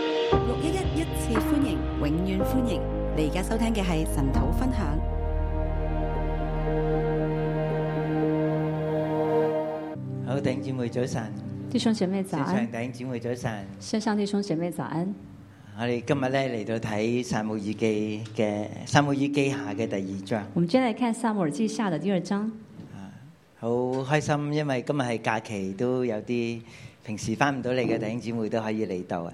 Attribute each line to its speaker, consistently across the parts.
Speaker 1: 一一一次歡迎，永遠歡迎！你而家收聽嘅係神土分享。
Speaker 2: 好，弟兄姊妹早晨，
Speaker 3: 弟兄姐妹早
Speaker 2: 線上
Speaker 3: 安，
Speaker 2: 弟兄姊妹早晨。
Speaker 3: 线上弟兄姐妹早安。
Speaker 2: 我哋今日咧嚟到睇《撒母耳記》嘅《撒母耳記下》嘅第二章，
Speaker 3: 我们今天来看《萨姆耳记下》的第二章，
Speaker 2: 好開心，因為今日係假期，都有啲平時翻唔到嚟嘅弟兄姊妹都可以嚟到啊。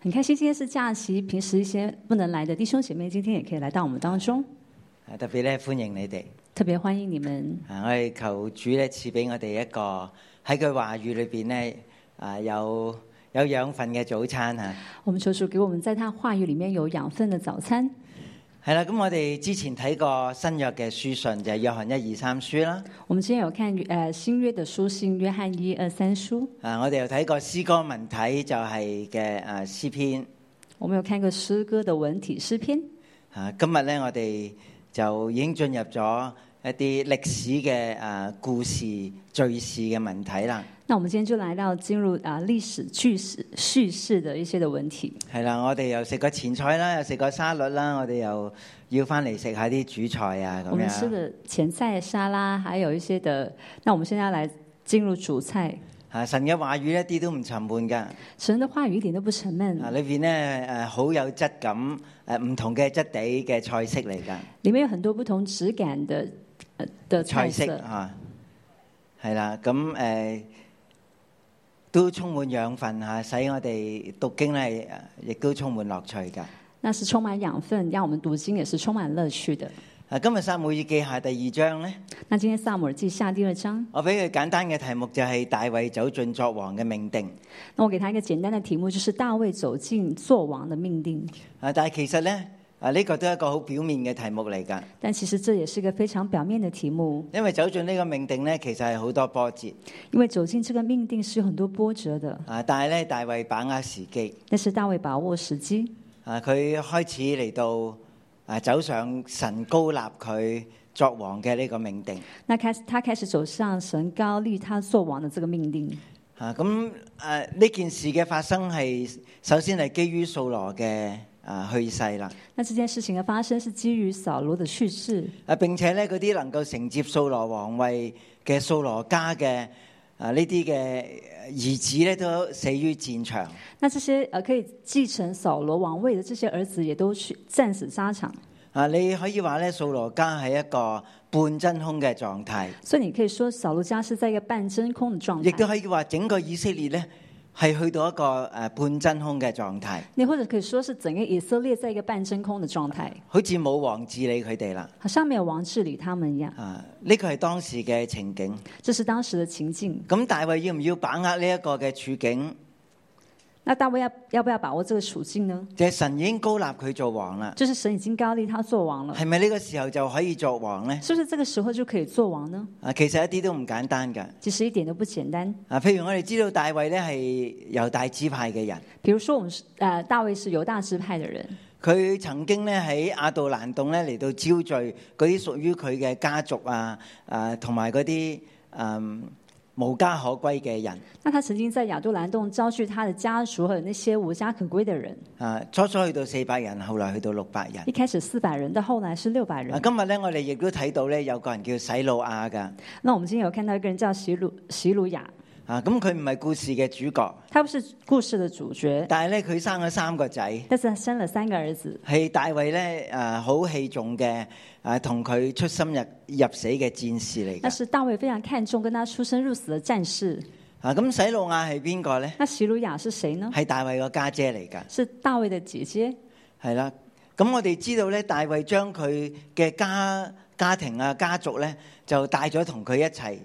Speaker 3: 很开心，今天是假期，平时一些不能来的弟兄姐妹今天也可以来到我们当中，
Speaker 2: 啊特別咧歡迎你哋。
Speaker 3: 特别欢迎你们。
Speaker 2: 啊，我哋求主咧賜俾我哋一個喺佢話語裏邊咧啊有有養分嘅早餐啊嚇。
Speaker 3: 我们求主给我们在他话语里面有养分的早餐。
Speaker 2: 係啦，咁我哋之前睇過新約嘅書信就係、約翰一二三書啦。
Speaker 3: 我们今天有看呃新约的书信《约翰一二三书》，
Speaker 2: 啊，我哋又睇過詩歌文體就係嘅啊詩篇。
Speaker 3: 我们有看过诗歌的文体诗篇。
Speaker 2: 啊，今日咧我哋就已經進入咗一啲歷史嘅啊故事敘事嘅文體啦。
Speaker 3: 那我们今天就来到进入啊历史叙事叙事的一些的文体。
Speaker 2: 係啦，我哋又食過前菜啦，又食過沙律啦，我哋又要翻嚟食下啲主菜啊咁
Speaker 3: 我们吃
Speaker 2: 樣。
Speaker 3: 的前菜沙拉，还有一些的。那我们现在要来进入主菜。
Speaker 2: 啊，神嘅話語一啲都唔沉悶㗎。
Speaker 3: 神的話語一點都不沉
Speaker 2: 啊，
Speaker 3: 悶，
Speaker 2: 裏邊咧誒好有質感，誒唔同嘅質地嘅菜式嚟㗎。
Speaker 3: 裡面有很多不同質感的呃的
Speaker 2: 菜
Speaker 3: 菜
Speaker 2: 式
Speaker 3: 色，
Speaker 2: 啊，係啦，咁誒、呃都充滿養分嚇、使我哋讀經咧呃亦都充滿樂趣㗎。
Speaker 3: 那是充滿養分，讓我們讀經也是充滿樂趣的。
Speaker 2: 啊，今日撒母耳記下第二章咧，
Speaker 3: 那今天撒母耳記下第二章，
Speaker 2: 我俾佢簡單嘅題目就係大衛走進作王嘅命定。
Speaker 3: 那我給他一個簡單的題目，就是大衛走進作王的命定。
Speaker 2: 啊，但係其實咧。啊！呢個都係一個好表面嘅題目嚟㗎，
Speaker 3: 但其實這也是一個非常表面的題目，
Speaker 2: 因為走進呢個命定咧，其實係好多波折。
Speaker 3: 因為走進這個命定是有很多波折的。
Speaker 2: 啊，但係咧，大衛把握時機，
Speaker 3: 但是大衛把握時機，
Speaker 2: 啊，佢開始嚟到啊走上神高立佢作王嘅呢個命定。
Speaker 3: 那開始他開始走上神高立他作王的這個命定。
Speaker 2: 啊，咁誒呢件事嘅發生係首先係基於掃羅嘅啊去世啦。
Speaker 3: 那這件事情的發生是基於掃羅的去世，
Speaker 2: 啊，並且咧嗰啲能夠承接掃羅皇位嘅掃羅家嘅啊呢啲嘅兒子咧都死於戰場。
Speaker 3: 那这些呃可以继承扫罗王位的这些儿子，也都去战死沙场。
Speaker 2: 啊，你可以話咧掃羅家係一個半真空嘅狀態，
Speaker 3: 所以你可以说，扫罗家是在一个半真空的状
Speaker 2: 亦都
Speaker 3: 态。
Speaker 2: 可以話整個以色列咧係去到一個誒半真空嘅狀態，
Speaker 3: 你或者可以说是整个以色列在一个半真空的状态，
Speaker 2: 好似冇王治理佢哋啦。
Speaker 3: 好像没有王治理他们一样。
Speaker 2: 啊，呢個係當時嘅情景。
Speaker 3: 这是当时的情境。
Speaker 2: 咁大衛要唔要把握呢一個嘅處境？
Speaker 3: 那大卫要要不要把握这个处境呢？
Speaker 2: 就係神已經高立佢做王啦，
Speaker 3: 就是神已经高立他做王了，
Speaker 2: 係咪呢個時候就可以作王呢？
Speaker 3: 是不是这个时候就可以做王呢？
Speaker 2: 啊，其實一啲都唔簡單㗎。
Speaker 3: 其实一点都不简单。
Speaker 2: 啊，譬如我哋知道大衛咧係猶大支派嘅人，
Speaker 3: 比如说，我们是呃大卫是犹大支派的人，
Speaker 2: 佢曾經咧喺亞杜蘭洞咧嚟到招聚嗰啲屬於佢嘅家族啊，啊同埋嗰啲嗯無家可歸嘅人。
Speaker 3: 那他曾经在亚杜兰洞招聚他的家属和那些无家可归的人。
Speaker 2: 啊，初初去到四百人，後來去到六百人。
Speaker 3: 一开始四百人，到后来是六百
Speaker 2: 啊，
Speaker 3: 人。
Speaker 2: 今日咧我哋亦都睇到咧有個人叫洗魯亞㗎，
Speaker 3: 那我们今天有看到一个人叫席鲁席鲁雅，
Speaker 2: 啊咁佢唔係故事嘅主角。
Speaker 3: 他不是故事的主角，
Speaker 2: 但係咧，佢生咗三個仔，
Speaker 3: 但是他生了三个儿子，
Speaker 2: 係大衛咧誒好器重嘅誒，同佢出生入入死嘅戰士嚟
Speaker 3: 那
Speaker 2: 嘅。
Speaker 3: 是大卫非常看重跟他出生入死的战士。
Speaker 2: 啊，咁洗魯亞係邊個咧？
Speaker 3: 那席鲁雅是谁呢？
Speaker 2: 係大衛個家姐嚟㗎，
Speaker 3: 是大卫的姐姐。
Speaker 2: 係啦。咁我哋知道咧，大衛將佢嘅家家庭啊、家族咧，就帶咗同佢一齊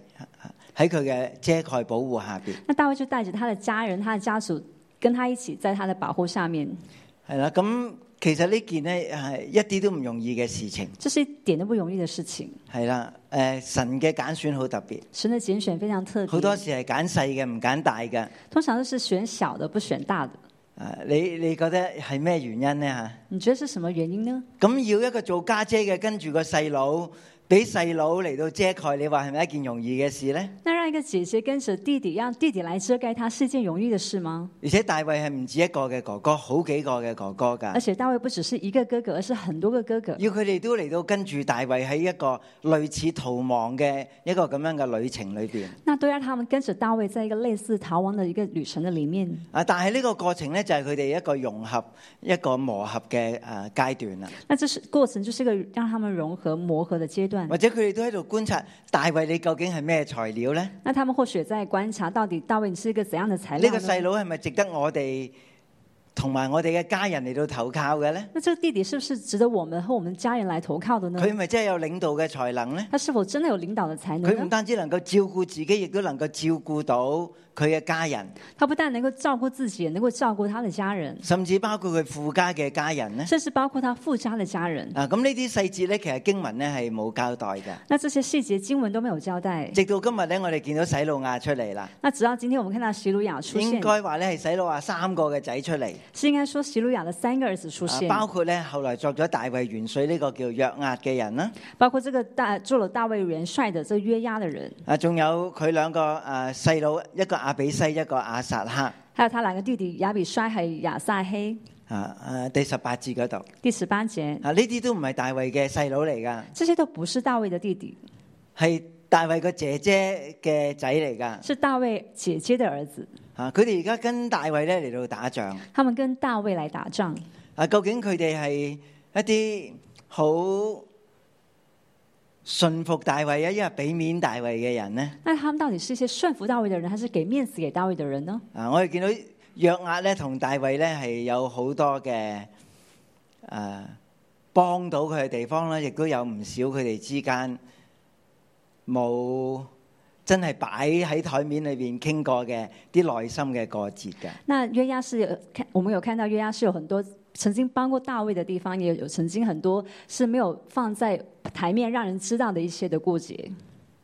Speaker 2: 喺佢嘅遮蓋保護下邊。
Speaker 3: 那大卫就带着他的家人、他的家属跟他一起，在他的保护下面。
Speaker 2: 係啦，咁其實呢件咧係一啲都唔容易嘅事情，
Speaker 3: 这是一点都不容易的事情。
Speaker 2: 係啦。誒、神嘅揀選好特別，
Speaker 3: 神的拣选非常特
Speaker 2: 好多
Speaker 3: 别，
Speaker 2: 時係揀細嘅，唔揀大嘅。
Speaker 3: 通常都是选小的，不选大的。
Speaker 2: 啊，你你覺得係咩原因呢？嚇，
Speaker 3: 你觉得是什么原因呢？
Speaker 2: 咁要一個做家姐嘅跟住個細佬，俾細佬嚟到遮蓋，你話係咪一件容易嘅事呢？
Speaker 3: 那让一个姐姐跟着弟弟，让弟弟来遮盖他，是件容易的事吗？
Speaker 2: 而且大衛係唔止一個嘅哥哥，好幾個嘅哥哥
Speaker 3: 而
Speaker 2: 㗎。
Speaker 3: 且大卫不只呃是一个哥哥，而是很多个哥哥，
Speaker 2: 要佢哋都嚟到跟住大衛喺一個類似逃亡嘅一個咁樣嘅旅程裏边。
Speaker 3: 那都让他们跟着大卫在一个类似逃亡的一个旅程的里面。
Speaker 2: 啊，但係呢個過程咧就係佢哋一個融合、一個磨合嘅诶阶段啦。
Speaker 3: 那这是过程，就是一个让他们融合磨合的阶段。
Speaker 2: 或者佢哋都喺度觀察大衛你究竟係咩材料咧？
Speaker 3: 那他们或许也在观察到底大卫你是一个怎样的材
Speaker 2: 呢
Speaker 3: 料
Speaker 2: 個
Speaker 3: 呢？
Speaker 2: 細佬係咪值得我哋同埋我哋嘅家人嚟到投靠嘅咧？
Speaker 3: 那这个弟弟是不是值得我们和我们家人来投靠的呢？
Speaker 2: 佢咪真係有領導嘅才能咧？
Speaker 3: 他是否真的有领导的才能
Speaker 2: 佢唔
Speaker 3: 呢？
Speaker 2: 單止能夠照顧自己，亦都能夠照顧到佢嘅家人，
Speaker 3: 他不但能够照顾自己，也能够照顾他的家人，
Speaker 2: 甚至包括佢附加嘅家人咧。
Speaker 3: 甚至包括他附加的家人。
Speaker 2: 啊，咁呢啲細節咧，其實經文咧係冇交代嘅。
Speaker 3: 那这些细节经文都没有交代。
Speaker 2: 直到今日咧，我哋見到洗魯亞出嚟啦，
Speaker 3: 那直到今天我们看到席鲁雅出
Speaker 2: 應
Speaker 3: 现，
Speaker 2: 該話咧係洗魯亞三個嘅仔出嚟，
Speaker 3: 是应该说席鲁雅的三个儿子出
Speaker 2: 啊
Speaker 3: 现，
Speaker 2: 包括咧後來作咗大衛元帥呢個叫約押嘅人啦，
Speaker 3: 包括这个大做了大卫元帅的这个约押的人，
Speaker 2: 啊，仲有佢兩個啊細佬，一個亞比西，一個亞撒哈。
Speaker 3: 还有他两个弟弟亚比衰还有亚撒黑。
Speaker 2: 啊啊！第十八節嗰度啊，
Speaker 3: 第十八节，
Speaker 2: 呢啲都唔係大衛嘅細佬嚟㗎，
Speaker 3: 这些都不是大卫的弟弟，
Speaker 2: 係大衛個姐姐嘅仔嚟㗎。
Speaker 3: 是大卫姐姐的儿子。
Speaker 2: 啊，佢哋而家跟大衛咧嚟到打仗。
Speaker 3: 他们跟大卫来打仗，
Speaker 2: 啊，究竟佢哋係一啲好信服大衛啊，一係俾面大衛嘅人呢？
Speaker 3: 那他们到底是一些顺服大卫的人，还是给面子给大卫的人呢？
Speaker 2: 啊，我哋見到約押咧同大衛咧係有好多嘅誒幫到佢嘅地方啦，亦都有唔少佢哋之間冇真係擺喺台面裏邊傾過嘅啲內心嘅過節嘅。
Speaker 3: 那约押是有看，我们有看到约押是有很多曾经帮过大卫的地方，也有曾经很多是没有放在台面让人知道的一些的过节，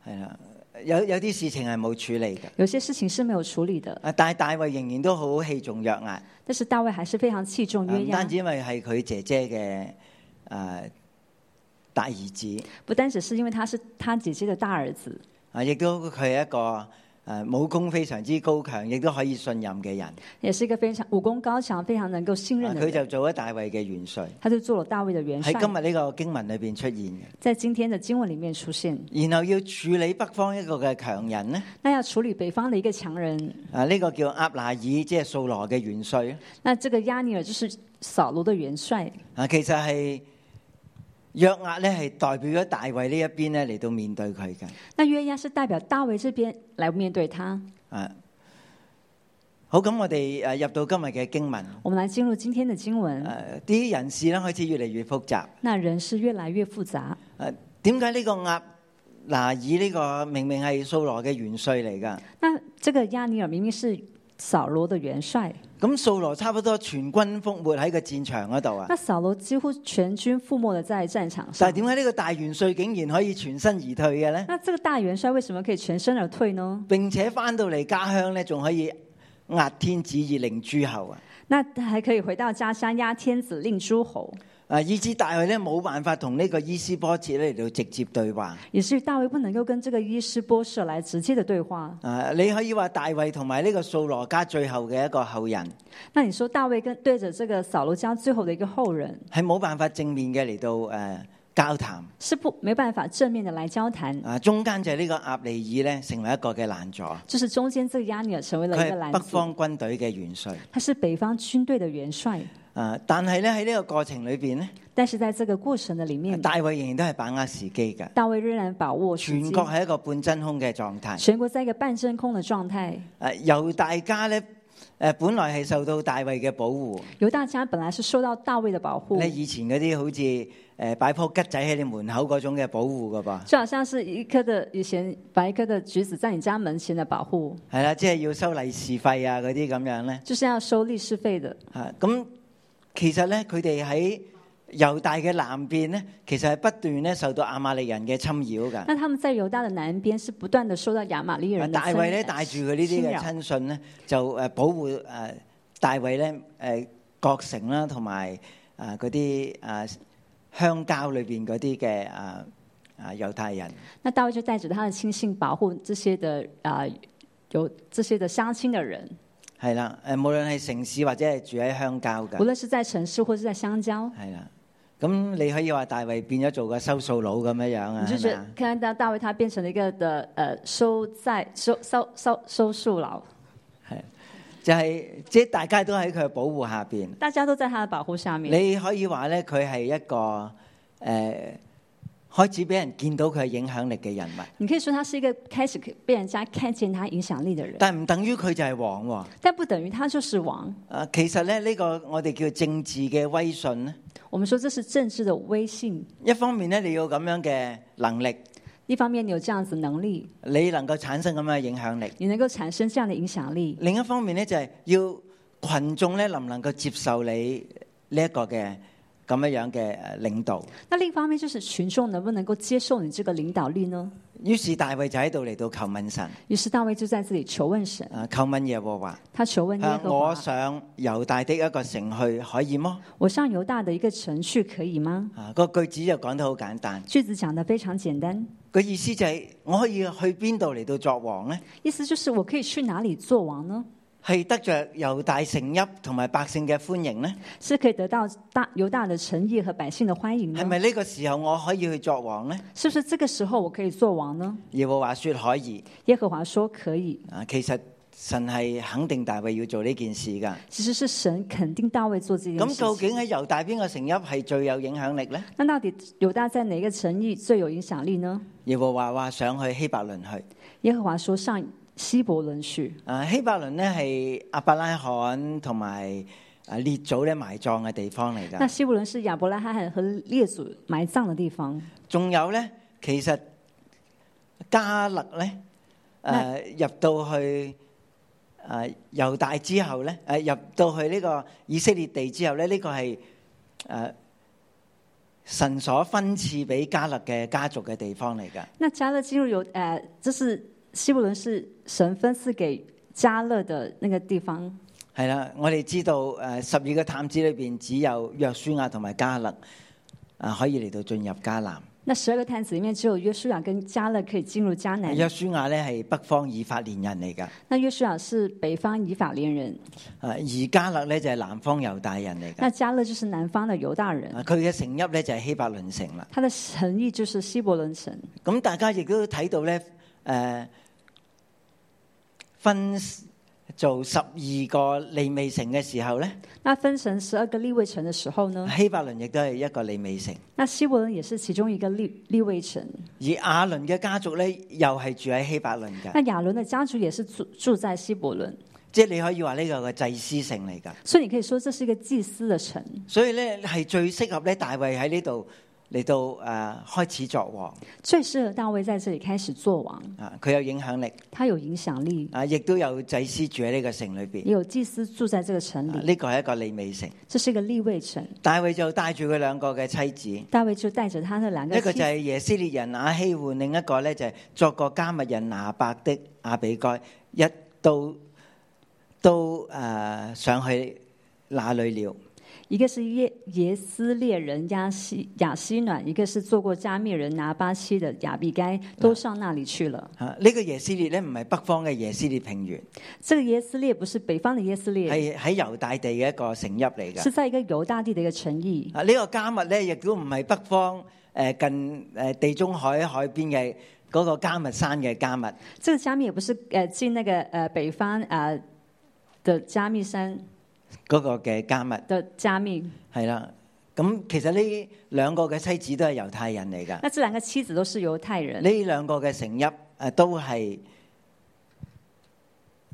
Speaker 2: 係啦，有有啲事情係冇處理嘅。
Speaker 3: 有些事情是没有处理的。
Speaker 2: 啊，但係大衛仍然都好器重約押。
Speaker 3: 但是大卫还是非常器重
Speaker 2: 啊
Speaker 3: 约
Speaker 2: 唔
Speaker 3: 押
Speaker 2: 單，止因為係佢姐姐嘅誒大兒子，
Speaker 3: 不单只是因为他是他姐姐的大儿子，
Speaker 2: 啊，亦都佢係一個誒武功非常之高強，亦都可以信任嘅人。啊
Speaker 3: 也是一个非常武功高强、非常能够信任的
Speaker 2: 佢
Speaker 3: 人。
Speaker 2: 就做咗大衛嘅元帥，
Speaker 3: 他就做了大卫的元帅
Speaker 2: 喺，今日呢個經文裏邊出現
Speaker 3: 在今天的经文里面出现。
Speaker 2: 嘅。然後要處理北方一個嘅強人呢，
Speaker 3: 那要處理北方的一个強人，
Speaker 2: 啊，呢、個叫押拿爾，即係掃羅嘅元帥。
Speaker 3: 那這個亚尼爾就是扫羅的元帥，
Speaker 2: 啊，其實係約押咧係代表咗大衛呢一邊咧嚟到面對佢嘅。
Speaker 3: 那約押是代表大衛這邊來面對他。
Speaker 2: 啊，好，咁我哋誒入到今日嘅經文。
Speaker 3: 我們來進入今天的經文，
Speaker 2: 誒啲人事咧開始越嚟越複雜。
Speaker 3: 那人是越來越複雜。
Speaker 2: 誒點解呢個鴨拿以呢個明明係掃羅嘅元帥嚟㗎？
Speaker 3: 那這個亚尼爾明明是扫羅的元帥，
Speaker 2: 咁掃羅差不多全軍覆沒喺個戰場嗰度啊！
Speaker 3: 那扫羅幾乎全軍覆沒的在戰場
Speaker 2: 但
Speaker 3: 上
Speaker 2: 係。點解呢個大元帥竟然可以全身而退嘅咧？
Speaker 3: 那這個大元帥為什麼可以全身而退呢？
Speaker 2: 並且翻到嚟家鄉咧，仲可以壓天子以令諸侯啊！
Speaker 3: 那還可以回到家鄉壓天子令諸侯，
Speaker 2: 啊，以致大衛咧冇辦法同呢個伊斯波切咧嚟到直接對話。
Speaker 3: 以至於大衛不能夠跟這個伊施波設來直接的對話。
Speaker 2: 啊，你可以話大衛同埋呢個掃羅家最後嘅一個後人
Speaker 3: 那你說大衛跟對着這個掃羅家最後的一個後人，
Speaker 2: 係冇辦法正面嘅嚟到誒、呃交談。
Speaker 3: 是不没办法正面的来交谈，
Speaker 2: 啊，中間就係呢個鴨利爾咧，成為一個嘅攔阻。
Speaker 3: 就是中间这个亚尼尔成为了一
Speaker 2: 佢
Speaker 3: 个
Speaker 2: 係
Speaker 3: 拦
Speaker 2: 哎北
Speaker 3: 阻。
Speaker 2: 方軍隊嘅元帥。
Speaker 3: 他是北方军队的元帅，
Speaker 2: 啊，但係咧喺呢個過程裏邊咧，
Speaker 3: 但是在这个过程的里面，
Speaker 2: 哎大衛仍然都係把握時機㗎。
Speaker 3: 大卫仍然把握时
Speaker 2: 全
Speaker 3: 机。
Speaker 2: 國係一個半真空嘅狀態。
Speaker 3: 全国在一个半真空的状态，
Speaker 2: 誒、由大家咧，誒、本來係受到大衛嘅保護。
Speaker 3: 犹大家本来是受到大卫的保护
Speaker 2: 咧，以前嗰啲好似誒、擺棵吉仔喺你門口嗰種嘅保護㗎噃，
Speaker 3: 就好像是一颗的以前把一颗的橘子在你家门前的保护，
Speaker 2: 係啦，即係要收利是費啊嗰啲咁樣咧。
Speaker 3: 就是要收利是费的。
Speaker 2: 啊，咁其實咧，佢哋喺猶大嘅南邊咧，其實係不斷咧受到亞瑪力人嘅侵擾㗎。
Speaker 3: 那他们在犹大的南边是不断的受到亚玛利人的
Speaker 2: 啊大
Speaker 3: 侵
Speaker 2: 衛咧
Speaker 3: 扰
Speaker 2: 帶住佢呢啲
Speaker 3: 侵
Speaker 2: 嘅
Speaker 3: 擾
Speaker 2: 親信咧，就誒保護誒大衛咧誒各城 à, à, 啦，同埋誒嗰啲誒鄉郊裏邊嗰啲嘅誒啊猶太人。
Speaker 3: 那大卫就带着他的亲信保护这些的啊、有这些的相亲的人，
Speaker 2: 係啦，誒無論係城市或者係住喺鄉郊
Speaker 3: 无
Speaker 2: 㗎，
Speaker 3: 论是在城市或是在乡郊，
Speaker 2: 係啦。咁你可以話大衛變咗做個收數佬咁樣樣啊，
Speaker 3: 你就
Speaker 2: 係咪
Speaker 3: 觉得
Speaker 2: 啊
Speaker 3: 看到大卫他变成了一个的呃收债收收收收束佬，
Speaker 2: 就係即係大家都喺佢嘅保護下邊。
Speaker 3: 大家都在他的保护下面。
Speaker 2: 你可以話咧，佢係一個诶、呃、開始俾人見到佢嘅影響力嘅人物，
Speaker 3: 你可以说他是一个开始被人家看见他影响力的人，
Speaker 2: 但唔等於佢就係王喎。
Speaker 3: 但不等于他就是王。
Speaker 2: 啊，其實咧呢、個我哋叫政治嘅威信咧，
Speaker 3: 我们说这是政治的威信，
Speaker 2: 一方面咧你要咁樣嘅能力，
Speaker 3: 一方面你有这样子能力，
Speaker 2: 你能夠產生咁樣嘅影響力；
Speaker 3: 你能够产生这样的影响力；
Speaker 2: 另一方面咧就係要群眾咧能唔能夠接受你呢一個嘅咁樣樣嘅呃領導。
Speaker 3: 那另一方面就是群众能不能够接受你这个领导力呢？
Speaker 2: 於是大衛就喺度嚟到求問神，
Speaker 3: 于是大卫就在这里求问神，
Speaker 2: 啊求問耶和華，
Speaker 3: 他求问耶
Speaker 2: 啊
Speaker 3: 和华
Speaker 2: 我：上猶大的一個城去可以麼？
Speaker 3: 我上犹大的一个城去可以吗？
Speaker 2: 啊，個句子就講得好簡單，
Speaker 3: 句子讲的非常简單，
Speaker 2: 個意思就係我可以去邊度嚟到作王呢？
Speaker 3: 意思就是我可以去哪里做王呢？
Speaker 2: 係得着猶大城邑同埋百姓嘅歡迎呢？
Speaker 3: 是可以得到大犹大的诚意和百姓的欢迎
Speaker 2: 係
Speaker 3: 呢？
Speaker 2: 咪呢個時候我可以去作王呢？
Speaker 3: 是不是这个时候我可以做王呢？
Speaker 2: 耶和華說可以。
Speaker 3: 耶和华说可以，
Speaker 2: 啊，其實神係肯定大衛要做呢件事㗎。
Speaker 3: 其实是神肯定大卫做这件事
Speaker 2: 咁
Speaker 3: 情。
Speaker 2: 究竟喺猶大邊個城邑係最有影響力呢？
Speaker 3: 那到底犹大在哪一个城邑最有影响力呢？
Speaker 2: 耶和華話上去希伯倫去。
Speaker 3: 耶和华说上希伯伦去。
Speaker 2: 啊，希伯倫呢係阿伯拉罕同埋啊列祖咧埋葬嘅地方嚟
Speaker 3: 那
Speaker 2: 㗎。
Speaker 3: 希伯伦是亚伯拉罕和列祖埋葬的地方。
Speaker 2: 仲有咧，其實加勒咧，誒、入到去誒猶、大之後咧，誒、入到去呢個以色列地之後咧，呢、個係誒、呃神所分賜俾加勒嘅家族嘅地方嚟㗎。
Speaker 3: 那加勒进入犹，呃，这是希伯伦是神分赐给加勒的那个地方。
Speaker 2: 係啦，我哋知道誒十二個探子裏邊只有約書亞同埋加勒啊可以嚟到進入迦南。
Speaker 3: 那十二个探子里面，只有约书亚跟加勒可以进入迦南。
Speaker 2: 約書亞咧係北方以法連人嚟㗎，
Speaker 3: 那约书亚是北方以法连人，
Speaker 2: 啊而加勒咧就係南方猶大人嚟㗎。
Speaker 3: 那加勒就是南方的犹大人。
Speaker 2: 啊佢嘅城邑咧就係希伯倫城啦。
Speaker 3: 他的诚意就是希伯伦城。
Speaker 2: 咁大家亦都睇到咧，誒、分做十二個利未城嘅時候咧，
Speaker 3: 那分成十二个立位城的时候呢，
Speaker 2: 希伯倫亦都係一個利未城，
Speaker 3: 那希伯伦也是其中一个立立位城。
Speaker 2: 而亞倫嘅家族咧又係住喺希伯倫嘅，
Speaker 3: 那亚伦的家族也是住住在希伯伦，
Speaker 2: 即係你可以話呢個嘅祭司城嚟㗎。
Speaker 3: 所以你可以说这是一个祭司的城。
Speaker 2: 所以咧係最適合咧大衛喺呢度嚟到誒、開始作王
Speaker 3: 最适合大卫在这里开始做王，
Speaker 2: 啊，佢有影響力。
Speaker 3: 他有影响力，
Speaker 2: 啊，亦都有祭司住喺呢個城裏边。
Speaker 3: 也有祭司住在这个城
Speaker 2: 啊
Speaker 3: 里，
Speaker 2: 呢個係一個利美城。
Speaker 3: 这是一个立位城。
Speaker 2: 大衛就帶住佢兩個嘅妻子，
Speaker 3: 大卫就带着他的两个
Speaker 2: 一個
Speaker 3: 嗯
Speaker 2: 就
Speaker 3: 妻子，
Speaker 2: 係耶斯列人亞希換，另一個咧就係作過加密人拿伯的亞比該，一到都诶、呃上去那裏了。
Speaker 3: 一个是耶耶斯列人亚西亚西暖，一个是做过加密人拿巴西的亚比该，都上那里去了。
Speaker 2: 啊，呢、個耶斯列咧唔係北方嘅耶斯列平原，
Speaker 3: 这个耶斯列不是北方的耶斯列，
Speaker 2: 係喺猶大地嘅一個城邑嚟㗎。
Speaker 3: 是在一个犹大地的一个城邑。
Speaker 2: 啊，呢、個加密咧亦都唔係北方诶、呃近诶、呃地中海海邊嘅嗰個加密山嘅加密。
Speaker 3: 这个加密也不是呃进那个呃北方呃的加密山
Speaker 2: 嗰個嘅加密
Speaker 3: 的加密。
Speaker 2: 係啦。咁其實呢兩個嘅妻子都係猶太人嚟㗎。
Speaker 3: 那这两个妻子都是犹太人，
Speaker 2: 呢兩個嘅城邑誒都係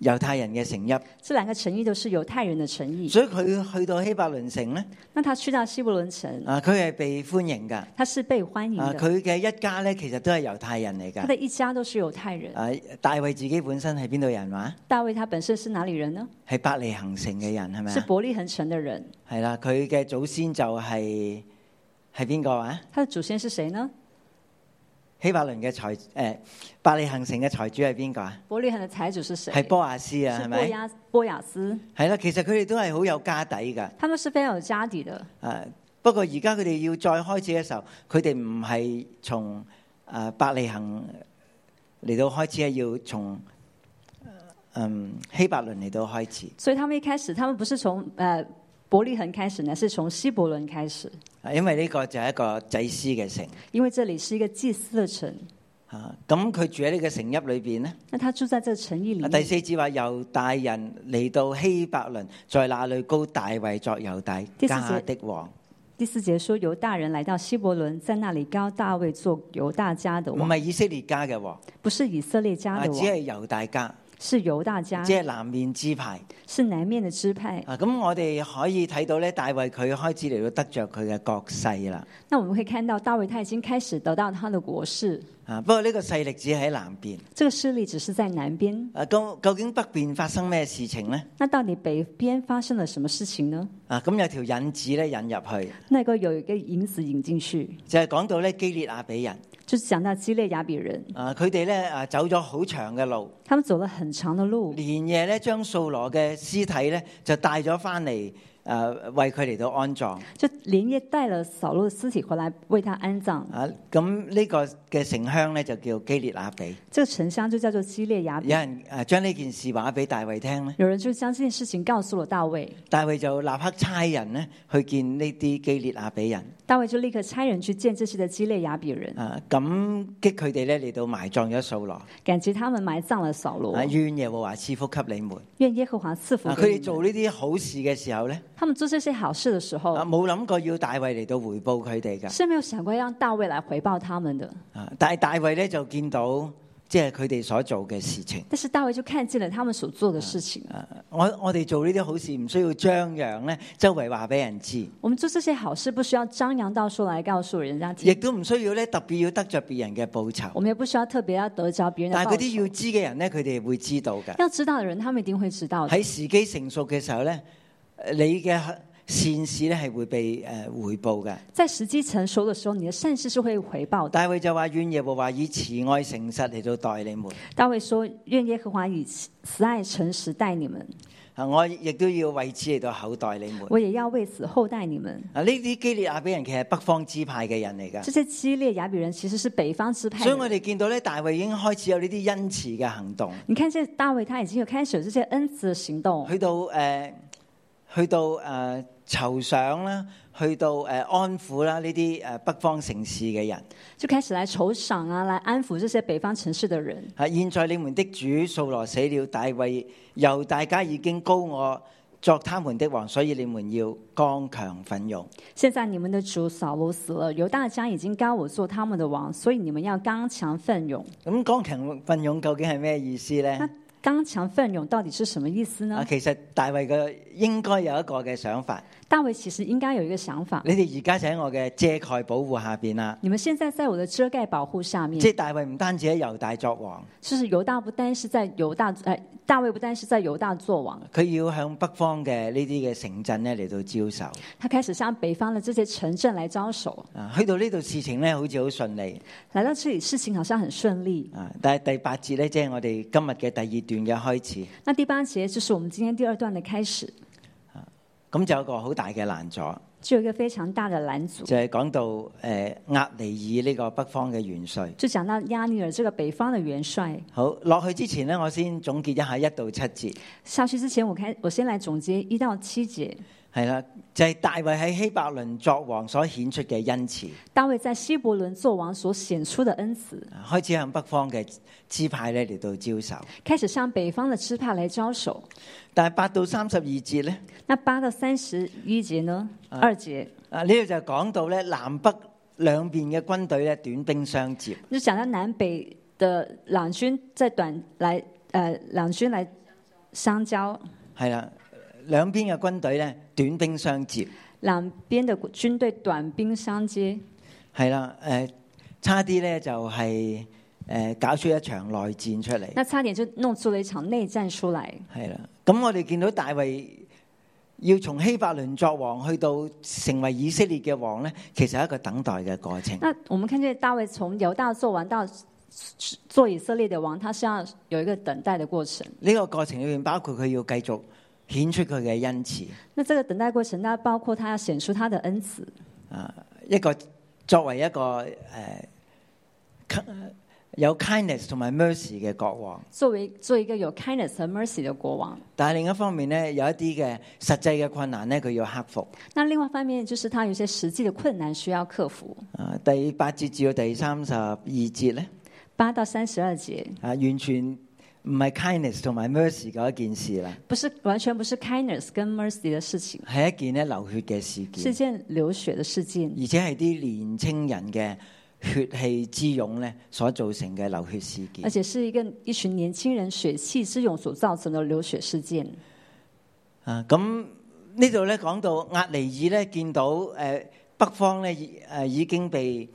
Speaker 2: 猶太人嘅城邑，
Speaker 3: 这两个诚意都是犹太人的诚意。
Speaker 2: 所以佢去到希伯倫城咧，
Speaker 3: 那他去到希伯伦城，
Speaker 2: 啊佢係被歡迎㗎。
Speaker 3: 他是被欢迎
Speaker 2: 啊
Speaker 3: 的，
Speaker 2: 佢嘅一家咧其實都係猶太人嚟
Speaker 3: 他
Speaker 2: 㗎。
Speaker 3: 的一家都是犹太人。
Speaker 2: 啊大衛自己本身係邊度人話？
Speaker 3: 大卫他本身是哪里人呢？
Speaker 2: 係伯利恒城嘅人係咪
Speaker 3: 是
Speaker 2: 啊？
Speaker 3: 伯利恒城的人。
Speaker 2: 係啦，佢嘅祖先就係係邊個話？
Speaker 3: 他的祖先是谁呢？
Speaker 2: 希伯倫嘅財誒伯利恒城嘅財主係邊個啊？
Speaker 3: 伯利恒的财主是谁？
Speaker 2: 係波亞斯啊，
Speaker 3: 是
Speaker 2: 係
Speaker 3: 波
Speaker 2: 咪？
Speaker 3: 亚波亚斯，
Speaker 2: 係啦，其實佢哋都係好有家底㗎。
Speaker 3: 他们是非常有家底的。
Speaker 2: 啊，不過而家佢哋要再開始嘅時候，佢哋唔係從啊伯利恒嚟到開始係要從嗯希伯倫嚟到開始，
Speaker 3: 所以他们一开始，他们不是从呃伯利恒开始呢，是從希伯伦开始，
Speaker 2: 啊因為呢個就係一個祭司嘅城
Speaker 3: 因为这里是一个祭司的城。
Speaker 2: 啊。咁佢住喺呢個城邑裏边呢，啊
Speaker 3: 那他住在这城邑里
Speaker 2: 第
Speaker 3: 面。
Speaker 2: 四節話猶大人嚟到希伯倫，在那裏高大衛作猶大
Speaker 3: 第四節
Speaker 2: 家的王。
Speaker 3: 第四节说，犹大人来到希伯伦，在那里高大卫做犹大家的
Speaker 2: 唔
Speaker 3: 王，
Speaker 2: 係以色列家嘅王，
Speaker 3: 不是以色列家
Speaker 2: 啊，
Speaker 3: 的
Speaker 2: 只
Speaker 3: 王，
Speaker 2: 係猶大家，
Speaker 3: 是犹大家
Speaker 2: 即，係南面支派。
Speaker 3: 是南面的支派。
Speaker 2: 啊，咁我哋可以睇到咧，大衛佢開始嚟到得着佢嘅國勢啦。
Speaker 3: 那我们会看到大卫他已经开始得到他的国势，
Speaker 2: 啊，不過呢個勢力只喺南邊。
Speaker 3: 这个势力只是在南边。
Speaker 2: 啊，究究竟北邊發生咩事情呢？
Speaker 3: 那到底北边发生了什么事情呢？
Speaker 2: 啊，咁有條引子咧引入去，
Speaker 3: 那个有一个引子引进去，
Speaker 2: 就係講到咧基列亞比人。
Speaker 3: 就是讲到基列雅比人，
Speaker 2: 啊，佢哋咧啊走咗好長嘅路，
Speaker 3: 他们走了很長的路，
Speaker 2: 連夜咧將掃羅嘅屍體咧就帶咗翻嚟，啊為佢嚟到安葬。
Speaker 3: 就连夜带了扫罗的尸体回来为他安葬。
Speaker 2: 啊，咁呢個嘅城鄉咧就叫基列亞比。
Speaker 3: 这个城乡就叫做基列雅比。
Speaker 2: 有人誒將呢件事話俾大衛聽咧，
Speaker 3: 有人就将这件事情告诉了大卫，
Speaker 2: 大衛就立刻差人咧去見呢啲基列亞比人，
Speaker 3: 大卫就立刻差人去见这些的基列雅比人，
Speaker 2: 啊感激佢哋咧嚟到埋葬咗掃羅，
Speaker 3: 感激他们埋葬了扫罗
Speaker 2: 啊，願耶和華賜福給你們。
Speaker 3: 愿耶和华赐福
Speaker 2: 啊，佢
Speaker 3: 给
Speaker 2: 哋
Speaker 3: 你们。
Speaker 2: 做呢啲好事嘅時候咧，
Speaker 3: 他们做这些好事的时候
Speaker 2: 啊，冇諗過要大衛嚟到回報佢哋㗎，
Speaker 3: 是没有想过要让大卫来回报他们的，
Speaker 2: 啊，但係大衛咧就見到即係佢哋所做嘅事情。
Speaker 3: 但是大卫就看见了他们所做的事情。
Speaker 2: 啊，我我哋做呢啲好事唔需要張揚咧，周圍話俾人知，
Speaker 3: 我们做这些好事，不需要张扬到处来告诉人家
Speaker 2: 亦
Speaker 3: 听，
Speaker 2: 都唔需要咧特別要得着別人嘅報酬。
Speaker 3: 我们也不需要特别要得着别人
Speaker 2: 但
Speaker 3: 的
Speaker 2: 係
Speaker 3: 报
Speaker 2: 嗰
Speaker 3: 酬。
Speaker 2: 啲要知嘅人咧，佢哋會知道㗎。
Speaker 3: 要知道的人，他们一定会知道的。
Speaker 2: 喺時機成熟嘅時候咧，你嘅善事咧係會被诶回報嘅。
Speaker 3: 在时机成熟的时候，你的善事是会有回报的。
Speaker 2: 大衛就話：願耶和華以慈愛誠實嚟到待你們。
Speaker 3: 大卫说：“愿耶和华以慈慈爱诚实待你们，
Speaker 2: 啊，我亦都要為此嚟到厚待你們。
Speaker 3: 我也要为此厚待你们。
Speaker 2: 啊，呢啲基列亞比人其實係北方支派嘅人嚟”㗎，
Speaker 3: 这些激烈雅比人其实是北方支派
Speaker 2: 所以我
Speaker 3: 的。
Speaker 2: 哋見到咧，大衛已經開始有呢啲恩慈嘅行動，
Speaker 3: 你看，这大卫他已经有开始有这些恩慈的行动，
Speaker 2: 去到诶、去到诶酬賞啦，去到诶、安撫啦呢啲诶北方城市嘅人。
Speaker 3: 就开始来酬赏啊，来安抚这些北方城市的人。
Speaker 2: 啊！現在你們的主掃羅死了，大衛由大家已經高我作他們的王，所以你們要剛強奮勇。
Speaker 3: 现在你们的主扫罗死了，犹大家已经高我做他们的王，所以你们要刚强奋勇。
Speaker 2: 咁剛強奮勇究竟係咩意思
Speaker 3: 那
Speaker 2: 呢？
Speaker 3: 刚强奋勇到底是什么意思
Speaker 2: 啊，
Speaker 3: 呢？
Speaker 2: 其實大衛嘅應該有一個嘅想法，
Speaker 3: 大卫其实应该有一个想法：
Speaker 2: 你哋而家就喺我嘅遮蓋保護下邊啦。
Speaker 3: 你们现在在我的遮盖保护下面
Speaker 2: 即，係大衛唔單止喺猶大作王，
Speaker 3: 就是犹大不单是在犹大，呃，大卫不单是在犹大做王，
Speaker 2: 佢要向北方嘅呢啲嘅城鎮咧嚟到招手。
Speaker 3: 他开始向北方的这些城镇来招手。
Speaker 2: 啊，去到呢度事情咧好似好順利
Speaker 3: 来到这里，事情好像很顺利。
Speaker 2: 啊，但係第八節咧，即係我哋今日嘅第二段嘅開始，
Speaker 3: 那第八节就是我们今天第二段的开始，
Speaker 2: 咁就有一個好大嘅難阻。
Speaker 3: 就有一个非常大的拦阻，
Speaker 2: 就係講到誒押尼爾呢個北方嘅元帥。
Speaker 3: 就讲到亚尼尔这个北方的元帅。
Speaker 2: 好落去之前呢，我先總結一下一到七節，
Speaker 3: 下去之前，我开我先来总结一到七节，
Speaker 2: 係啦，就係、大衛喺希伯倫作王所顯出嘅恩慈，
Speaker 3: 大卫在希伯伦做王所显出的恩慈，
Speaker 2: 開始向北方嘅支派咧嚟到招手。
Speaker 3: 开始向北方的支派来招手。
Speaker 2: 但係八到三十二節呢，
Speaker 3: 那八到三十一节呢？二节
Speaker 2: 啊呢度就講到咧南北兩邊嘅軍隊咧短兵相接，
Speaker 3: 就讲到南北的两军在短来呃两军来相交，
Speaker 2: 係啦，兩邊嘅軍隊咧短兵相接，
Speaker 3: 两边的军队短兵相接，
Speaker 2: 係啦，誒、差啲咧就係、誒、搞出一場內戰出嚟。
Speaker 3: 那差点就弄出了一场内战出来。
Speaker 2: 系啦，咁我哋見到大衛要從希伯倫作王去到成為以色列嘅王咧，其實係一個等待嘅過程。
Speaker 3: 那我们看见大卫从犹大做完到做以色列的王，他是要有一个等待的过程。
Speaker 2: 呢、個過程裏面包括佢要繼續顯出佢嘅恩慈
Speaker 3: 那这个等待过程，那包括他要显出他的恩慈，
Speaker 2: 啊，一個作為一個诶、呃有 kindness 同埋 mercy 嘅國王，
Speaker 3: 作为做一个有 kindness 和 mercy 的国王。
Speaker 2: 但係另一方面咧，有一啲嘅實際嘅困難咧，佢要克服。
Speaker 3: 那另外一方面就是他有些实际的困难需要克服。
Speaker 2: 啊，第八節至到第三十二節咧，
Speaker 3: 八到三十二节
Speaker 2: 啊，完全唔係 kindness 同埋 mercy 嗰一件事啦，
Speaker 3: 不是完全不是 kindness 跟 mercy 的事情，
Speaker 2: 係一件咧流血嘅事件，
Speaker 3: 是件流血的事件，
Speaker 2: 而且係啲年青人嘅血氣之勇咧所造成嘅流血事件
Speaker 3: 而。且是一个一群年轻人血气之勇所造成的流血事件。
Speaker 2: 啊，咁呢度咧講到押尼爾咧見到诶、呃北方咧已诶已經被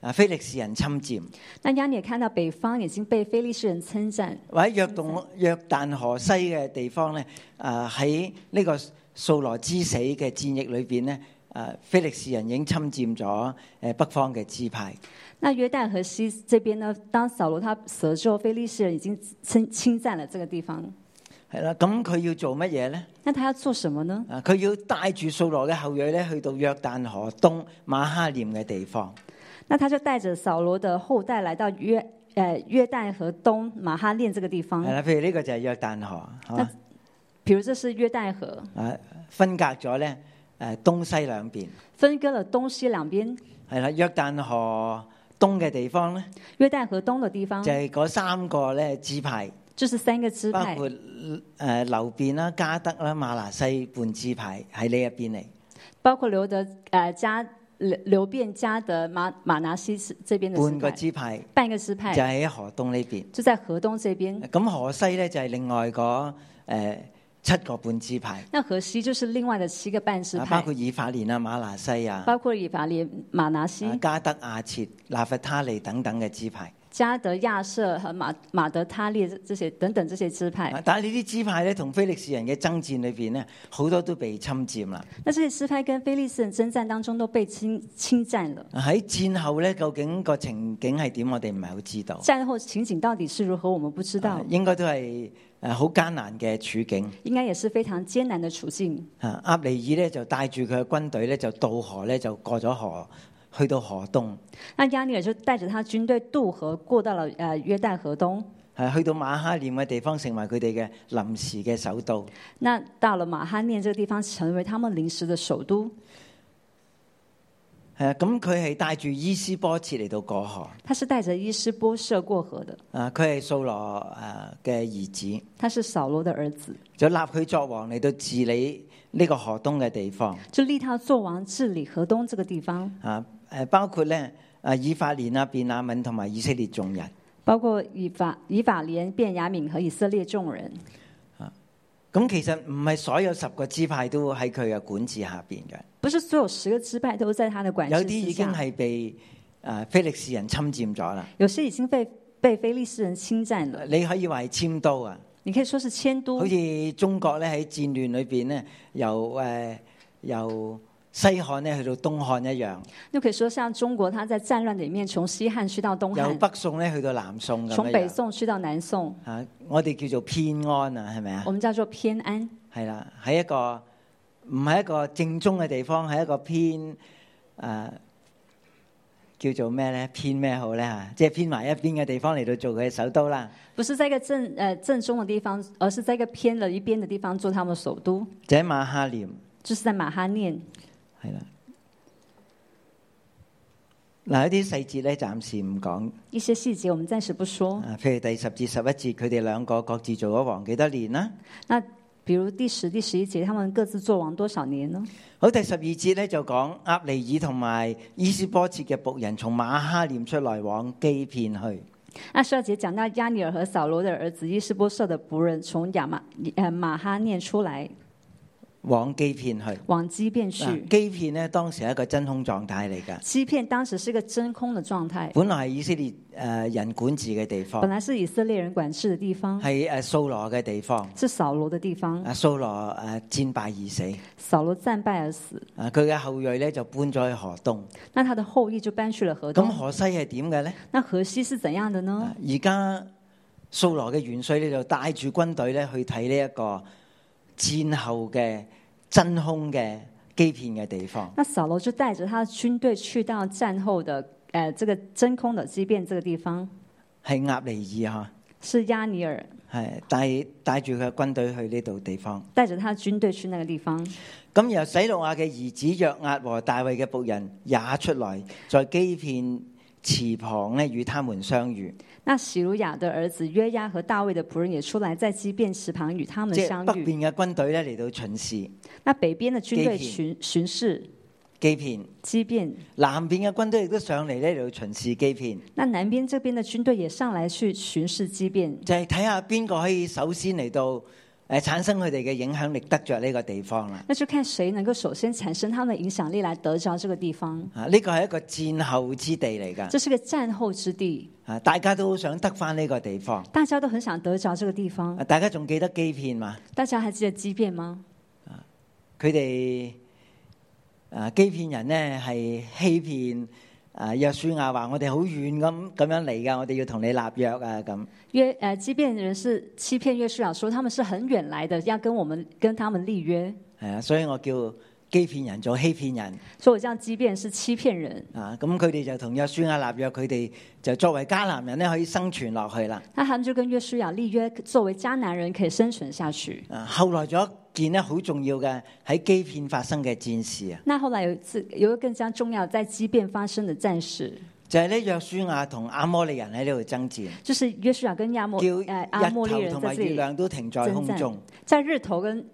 Speaker 2: 啊非利士人侵佔，
Speaker 3: 那亚也看到北方已经被非利士人侵占，
Speaker 2: 或者約洞約旦河西嘅地方咧，啊喺呢個掃羅之死嘅戰役裏边咧，啊非利士人已經侵佔咗诶北方嘅支派，
Speaker 3: 那约旦河西这边呢，当扫罗他死了之后，非利士人已经侵侵占了这个地方。
Speaker 2: 係啦，咁佢要做乜嘢咧？
Speaker 3: 那他要做什么呢？
Speaker 2: 啊，佢要帶住掃羅嘅後裔咧，去到約旦河東馬哈念嘅地方。
Speaker 3: 那他就带着扫罗的后代来到约呃约旦河东马哈念这个地方
Speaker 2: 係。啦，譬如呢個就係約旦河，係嘛？
Speaker 3: 比如这是约旦河，
Speaker 2: 啊，分隔咗咧誒東西兩邊，
Speaker 3: 分割了东西两边。
Speaker 2: 係啦，約旦河東嘅地方咧，
Speaker 3: 约旦河东的地方
Speaker 2: 就係嗰三個咧支派，
Speaker 3: 就是三个支
Speaker 2: 包
Speaker 3: 派，
Speaker 2: 括誒流便啦、加德啦、馬拿西半支派喺呢一邊嚟。
Speaker 3: 包括刘德呃加流流变加德马马拿西支这边的支
Speaker 2: 半個
Speaker 3: 派，
Speaker 2: 支派
Speaker 3: 半个支
Speaker 2: 就
Speaker 3: 派
Speaker 2: 喺河東呢邊，
Speaker 3: 就在河东这边。
Speaker 2: 咁河西咧就係另外嗰誒七個半支派，
Speaker 3: 那河西就是另外的七个半支
Speaker 2: 啊包
Speaker 3: 派
Speaker 2: 括，以法蓮啊、馬拿西啊、
Speaker 3: 包括以法莲、马拿西
Speaker 2: 啊、加德、亞設、拿弗他利等等嘅支派。
Speaker 3: 加德、亚瑟和马马德他列这这些等等这些支派。
Speaker 2: 啊但係呢啲支派咧，同非利士人嘅爭戰裏邊咧，好多都被侵佔啦。
Speaker 3: 那这些支派跟非利士人征战当中都被侵侵占了。
Speaker 2: 喺戰後咧，究竟個情景係點？我哋唔係好知道，
Speaker 3: 战后情景到底是如何，我们不知道
Speaker 2: 啊，應該都係誒好艱難嘅處境。
Speaker 3: 应该也是非常艰难的处境。
Speaker 2: 啊，厄尼爾咧就帶住佢嘅軍隊咧就渡河咧就過咗河，去到河東，
Speaker 3: 那亚尼尔就带着他军队渡河，过到了呃约旦河东。
Speaker 2: 係啊去到馬哈念嘅地方，成為佢哋嘅臨時嘅首都。
Speaker 3: 那到了马哈念这个地方，成为他们临时的首都。
Speaker 2: 係啊，咁佢係帶住伊斯波切嚟到過河。
Speaker 3: 他是带着伊斯波设过河的，
Speaker 2: 啊，佢係掃羅誒嘅兒子，
Speaker 3: 他是扫罗的儿子，
Speaker 2: 就立佢作王嚟到治理呢個河東嘅地方。
Speaker 3: 就立他做王治理河东这个地方，
Speaker 2: 啊誒，包括咧啊以法蓮啊、便雅敏同埋以色列眾人。
Speaker 3: 包括以法以法莲、便雅敏和以色列众人。
Speaker 2: 咁其實唔係所有十個支派都喺佢嘅管治下邊嘅，
Speaker 3: 不是所有十个支派都在他的管
Speaker 2: 有
Speaker 3: 制
Speaker 2: 啲
Speaker 3: 之
Speaker 2: 已經
Speaker 3: 下，
Speaker 2: 係被誒菲力士人侵佔咗啦。
Speaker 3: 有些已经被被非利士人侵占了。
Speaker 2: 你可以話係遷都啊，
Speaker 3: 你可以说是迁都
Speaker 2: 好，似中國咧喺戰亂裏邊咧，由誒、呃由西漢咧去到東漢一樣，
Speaker 3: 又可以说像中国，他在戰乱里面從西漢去到東
Speaker 2: 由
Speaker 3: 漢，
Speaker 2: 北宋咧去到南宋咁
Speaker 3: 從北
Speaker 2: 樣。
Speaker 3: 宋去到南宋，
Speaker 2: 啊，我哋叫做偏安啊，係咪啊
Speaker 3: 我？們叫做偏安。
Speaker 2: 係啦，喺一個唔係一個正宗嘅地方，係一個偏誒、呃叫做咩咧？偏咩好咧嚇？即係偏埋一邊嘅地方嚟到做佢嘅首都啦。
Speaker 3: 不是在一个正呃正中的地方，而是在一个偏了一边的地方做他们的首都，
Speaker 2: 就喺馬哈念
Speaker 3: 就是在马哈念。
Speaker 2: 係啦。嗱，有啲細節咧，暫時唔講。
Speaker 3: 一些細節我們暫時不說。
Speaker 2: 啊，譬如第十至十一節，佢哋兩個各自做咗王幾多年啦？
Speaker 3: 那比如第十、第十一節，他們各自做王多少年呢？
Speaker 2: 好，第十二節咧就講押尼爾同埋伊斯波切嘅仆人從馬哈念出來往基遍去。
Speaker 3: 那十二節講到亚尼尔和扫罗的兒子伊斯波设的仆人從亚马呃马哈念出来，
Speaker 2: 往基遍去。
Speaker 3: 往基遍去
Speaker 2: 嗱。基片咧當時係一個真空狀態嚟㗎，
Speaker 3: 基遍當時是个真空的狀態，
Speaker 2: 本來係以色列誒人管治嘅地
Speaker 3: 本
Speaker 2: 方，
Speaker 3: 來是以色列人管制的地方，
Speaker 2: 係誒掃羅嘅地方。
Speaker 3: 是扫羅的地方。
Speaker 2: 啊，掃羅誒戰敗而死，
Speaker 3: 扫羅戰敗而死，
Speaker 2: 啊佢嘅後裔咧就搬咗去河東。
Speaker 3: 那他的後裔就搬去了河
Speaker 2: 咁
Speaker 3: 東。
Speaker 2: 河西係點嘅咧？
Speaker 3: 那河西是怎樣的呢？
Speaker 2: 啊而家掃羅嘅元帥咧就帶住軍隊咧去睇呢一個戰後嘅真空嘅基片嘅地方。
Speaker 3: 那扫罗就带着他的军队去到战后的呃这个真空的畸变这个地方
Speaker 2: 係鴨尼爾
Speaker 3: 是亚尼尔
Speaker 2: 嚇，係帶帶住佢嘅軍隊去呢度地方。
Speaker 3: 带着他的軍隊去那个地方。
Speaker 2: 咁由洗魯亞嘅兒子約押和大衛嘅仆人也出來，在基片池旁咧與他們相遇，
Speaker 3: 那喜鲁雅的儿子约押和大卫的仆人也出来，在基变石旁与他们
Speaker 2: 即
Speaker 3: 相
Speaker 2: 係北
Speaker 3: 遇。
Speaker 2: 邊嘅軍隊咧嚟到巡視
Speaker 3: 那北边的军队
Speaker 2: 基遍
Speaker 3: 巡巡视
Speaker 2: 基片，
Speaker 3: 基变，
Speaker 2: 南邊嘅軍隊亦都上嚟咧嚟到巡視基片，
Speaker 3: 那南边这边的军队也上来去巡视基变，
Speaker 2: 就係睇下邊個可以首先嚟到誒產生佢哋嘅影響力，得着呢個地方啦。
Speaker 3: 那就看谁能够首先产生他们的影响力来得着这个地方。
Speaker 2: 啊，呢個係一個戰後之地嚟㗎。
Speaker 3: 这是个战后之地，
Speaker 2: 啊，大家都好想得翻呢個地方。
Speaker 3: 大家都很想得着这个地方
Speaker 2: 啊。大家仲記得基片嘛？
Speaker 3: 大家还记得基变吗？
Speaker 2: 佢哋啊基片人呢係欺騙啊約書亞話：我哋好遠咁咁樣嚟㗎，我哋要同你立約啊咁。
Speaker 3: 约呃，基变人是欺骗约书亚说他们是很远来的，要跟我们跟他们立约，
Speaker 2: 係啊，所以我叫基片人做欺騙人
Speaker 3: 所以我这样基变是欺骗人。
Speaker 2: 啊。咁佢哋就同約書亞立約，佢哋就作為迦南人呢可以生存落去啦。
Speaker 3: 那他们就跟约书亚立约，作为迦南人可以生存下去。
Speaker 2: 啊，後來仲有一件呢好重要嘅喺基片發生嘅戰事啊，
Speaker 3: 那后来有一次，有一个更加重要在畸变发生的战事，
Speaker 2: 就係呢約書亞同阿摩利人喺呢度爭戰。
Speaker 3: 就是约书亚跟亚摩呃
Speaker 2: 叫
Speaker 3: 阿
Speaker 2: 日
Speaker 3: 摩利
Speaker 2: 頭
Speaker 3: 人
Speaker 2: 同
Speaker 3: 在
Speaker 2: 埋
Speaker 3: 这
Speaker 2: 月
Speaker 3: 里
Speaker 2: 亮都停在空
Speaker 3: 征
Speaker 2: 中
Speaker 3: 战，在日头跟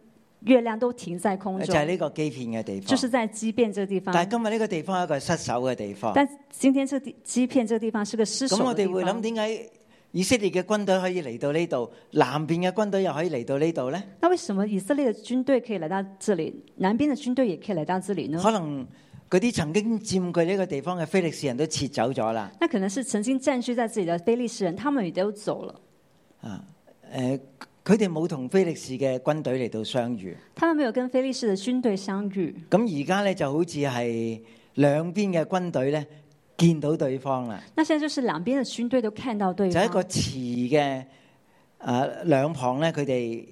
Speaker 3: 月亮都停在空
Speaker 2: 呃就
Speaker 3: 中，
Speaker 2: 係呢個基片嘅地
Speaker 3: 就是
Speaker 2: 方。
Speaker 3: 在畸变这个地方。
Speaker 2: 但係今日呢個地方係一個失守嘅地方。
Speaker 3: 但今天这地基片这个地方是个失守
Speaker 2: 咁我
Speaker 3: 的地
Speaker 2: 哋會諗
Speaker 3: 方。
Speaker 2: 點解以色列嘅軍隊可以嚟到呢度，南邊嘅軍隊又可以嚟到呢度呢？
Speaker 3: 那为什么以色列的军队可以来到这里，南边的军队也可以来到这里呢？
Speaker 2: 可能嗰啲曾經佔據呢個地方嘅非利士人都撤走咗啦。
Speaker 3: 那可能是曾经占据在这里的非利士人，他们也都走了，
Speaker 2: 诶、佢哋冇同非利士嘅軍隊嚟到相遇。
Speaker 3: 他们没有跟非利士的军队相遇。
Speaker 2: 咁而家呢，就好似係兩邊嘅軍隊呢，見到對方啦，
Speaker 3: 那现在就是两边的军队都看到对
Speaker 2: 就喺一個
Speaker 3: 方，
Speaker 2: 池嘅诶两旁呢，佢哋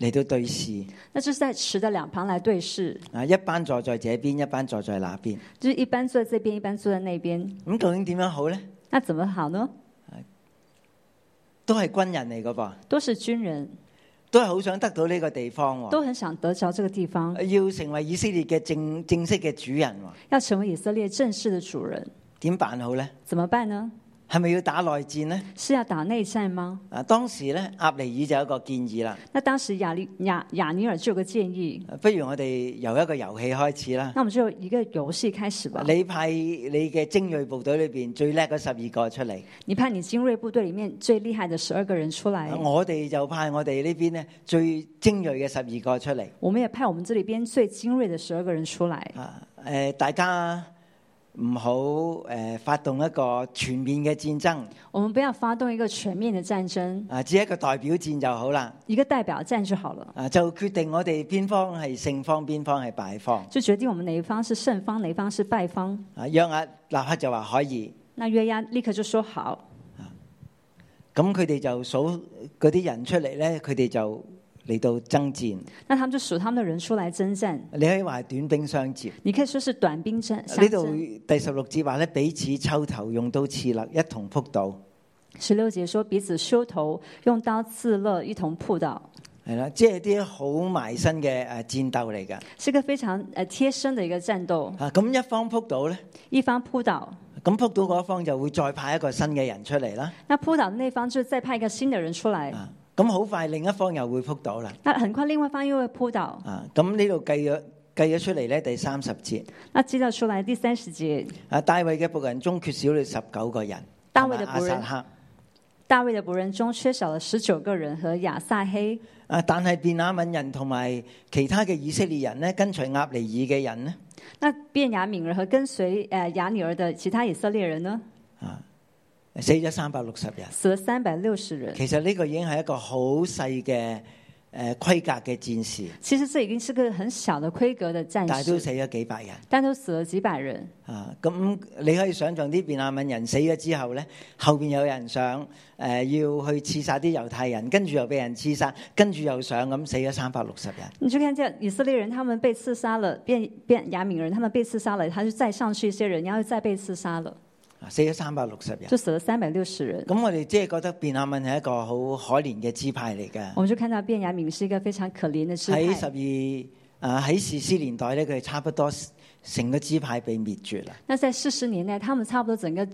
Speaker 2: 嚟到對視。
Speaker 3: 那就是在池的两旁来对视，
Speaker 2: 啊，一班坐在這邊，一班坐在那邊。
Speaker 3: 就是一般坐在这边，一般坐在那边。
Speaker 2: 咁究竟點樣好呢？
Speaker 3: 那怎么好呢？
Speaker 2: 都係軍人嚟噶噃，
Speaker 3: 都是军人，
Speaker 2: 都係好想得到呢個地方喎，
Speaker 3: 都很想得着这个地方，
Speaker 2: 要成為以色列嘅正正式嘅主人喎，
Speaker 3: 要成为以色列正式的主人，
Speaker 2: 點辦好呢？
Speaker 3: 怎么办呢？
Speaker 2: 係咪要打內戰呢？
Speaker 3: 是要打内战吗？
Speaker 2: 啊，當時咧，鴨尼爾就有一個建議啦，
Speaker 3: 那当时亚利亚亚尼尔就有个建议，
Speaker 2: 不如我哋由一個遊戲開始啦。
Speaker 3: 那我们就一个游戏开始吧。
Speaker 2: 你派你嘅精鋭部隊裏边最叻嗰十二個出嚟，
Speaker 3: 你派你精锐部队里面最厉害的十二个人出来，
Speaker 2: 啊我哋就派我哋呢邊咧最精鋭嘅十二個出嚟。
Speaker 3: 我们也派我们这里边最精锐的十二个人出来。
Speaker 2: 啊，诶、大家唔好诶发动一個全面嘅戰爭，
Speaker 3: 我们不要发动一个全面的战争，
Speaker 2: 啊，只係一個代表戰就好啦。
Speaker 3: 一个代表战就好了，
Speaker 2: 啊，就決定我哋邊方係勝方，邊方係敗方。
Speaker 3: 就决定我们哪一方是胜方，哪一方是败方。
Speaker 2: 啊，約押立刻就話可以，
Speaker 3: 那约押立刻就说好，
Speaker 2: 咁佢哋就數嗰啲人出嚟咧，佢哋就嚟到爭戰。
Speaker 3: 那他们就数他们的人出来征战。
Speaker 2: 你可以話係短兵相接。
Speaker 3: 你可以说是短兵战，
Speaker 2: 呢
Speaker 3: 相
Speaker 2: 度
Speaker 3: 争。
Speaker 2: 第十六節話咧，彼此抽頭用刀刺肋，一同撲倒。
Speaker 3: 十六节说彼此修头，用刀刺肋，一同扑倒，
Speaker 2: 係啦，即係啲好埋身嘅誒戰鬥嚟㗎。
Speaker 3: 是个非常呃贴身的一个战斗。
Speaker 2: 啊，咁一方撲倒咧，
Speaker 3: 一方扑倒，
Speaker 2: 咁撲倒嗰一方就會再派一個新嘅人出嚟啦。
Speaker 3: 那扑倒的那方就再派一个新的人出来，
Speaker 2: 啊，咁好快另一方又會撲倒啦。
Speaker 3: 那很快另外一方又会扑倒。
Speaker 2: 啊，咁呢度計咗計咗出嚟咧，第三十節。
Speaker 3: 那接着出来第三十节，
Speaker 2: 啊，大衛嘅仆人中缺少了十九個人，
Speaker 3: 大衛嘅僕
Speaker 2: 同埋
Speaker 3: 人
Speaker 2: 亞撒克
Speaker 3: 大卫的仆人中缺少了十九个人和亚撒黑，
Speaker 2: 啊，但係便雅憫人同埋其他嘅以色列人呢，跟隨押尼爾嘅人呢，
Speaker 3: 那便雅敏人和跟随呃雅女儿的其他以色列人呢，
Speaker 2: 死咗三百六十人。
Speaker 3: 死了三百六十人。
Speaker 2: 其實呢個已經係一個好細嘅誒規格嘅戰士，
Speaker 3: 其实这已经是个很小的規格的战
Speaker 2: 但係都死
Speaker 3: 士，
Speaker 2: 咗幾百人
Speaker 3: 但都死了几百人。
Speaker 2: 啊！咁你可以想象啲便雅憫人死咗之後咧，後邊有人上誒、呃要去刺殺啲猶太人，跟住又俾人刺殺，跟住又上咁死咗三百六十人。
Speaker 3: 你就看见以色列人他们被刺杀了，变变雅敏人他们被刺杀了，他就再上去一些人，然后再被刺杀了，
Speaker 2: 啊死咗三百六十人。
Speaker 3: 就死了三百六十人。
Speaker 2: 咁我哋即係覺得便雅憫係一個好可憐嘅支派嚟嘅。
Speaker 3: 我们就看到便雅敏是一个非常可憐的哦支
Speaker 2: 喺十
Speaker 3: 派。
Speaker 2: 二啊喺士師年代咧，佢差不多成個支派被滅絕啦。
Speaker 3: 那在四十年代，他们差不多整个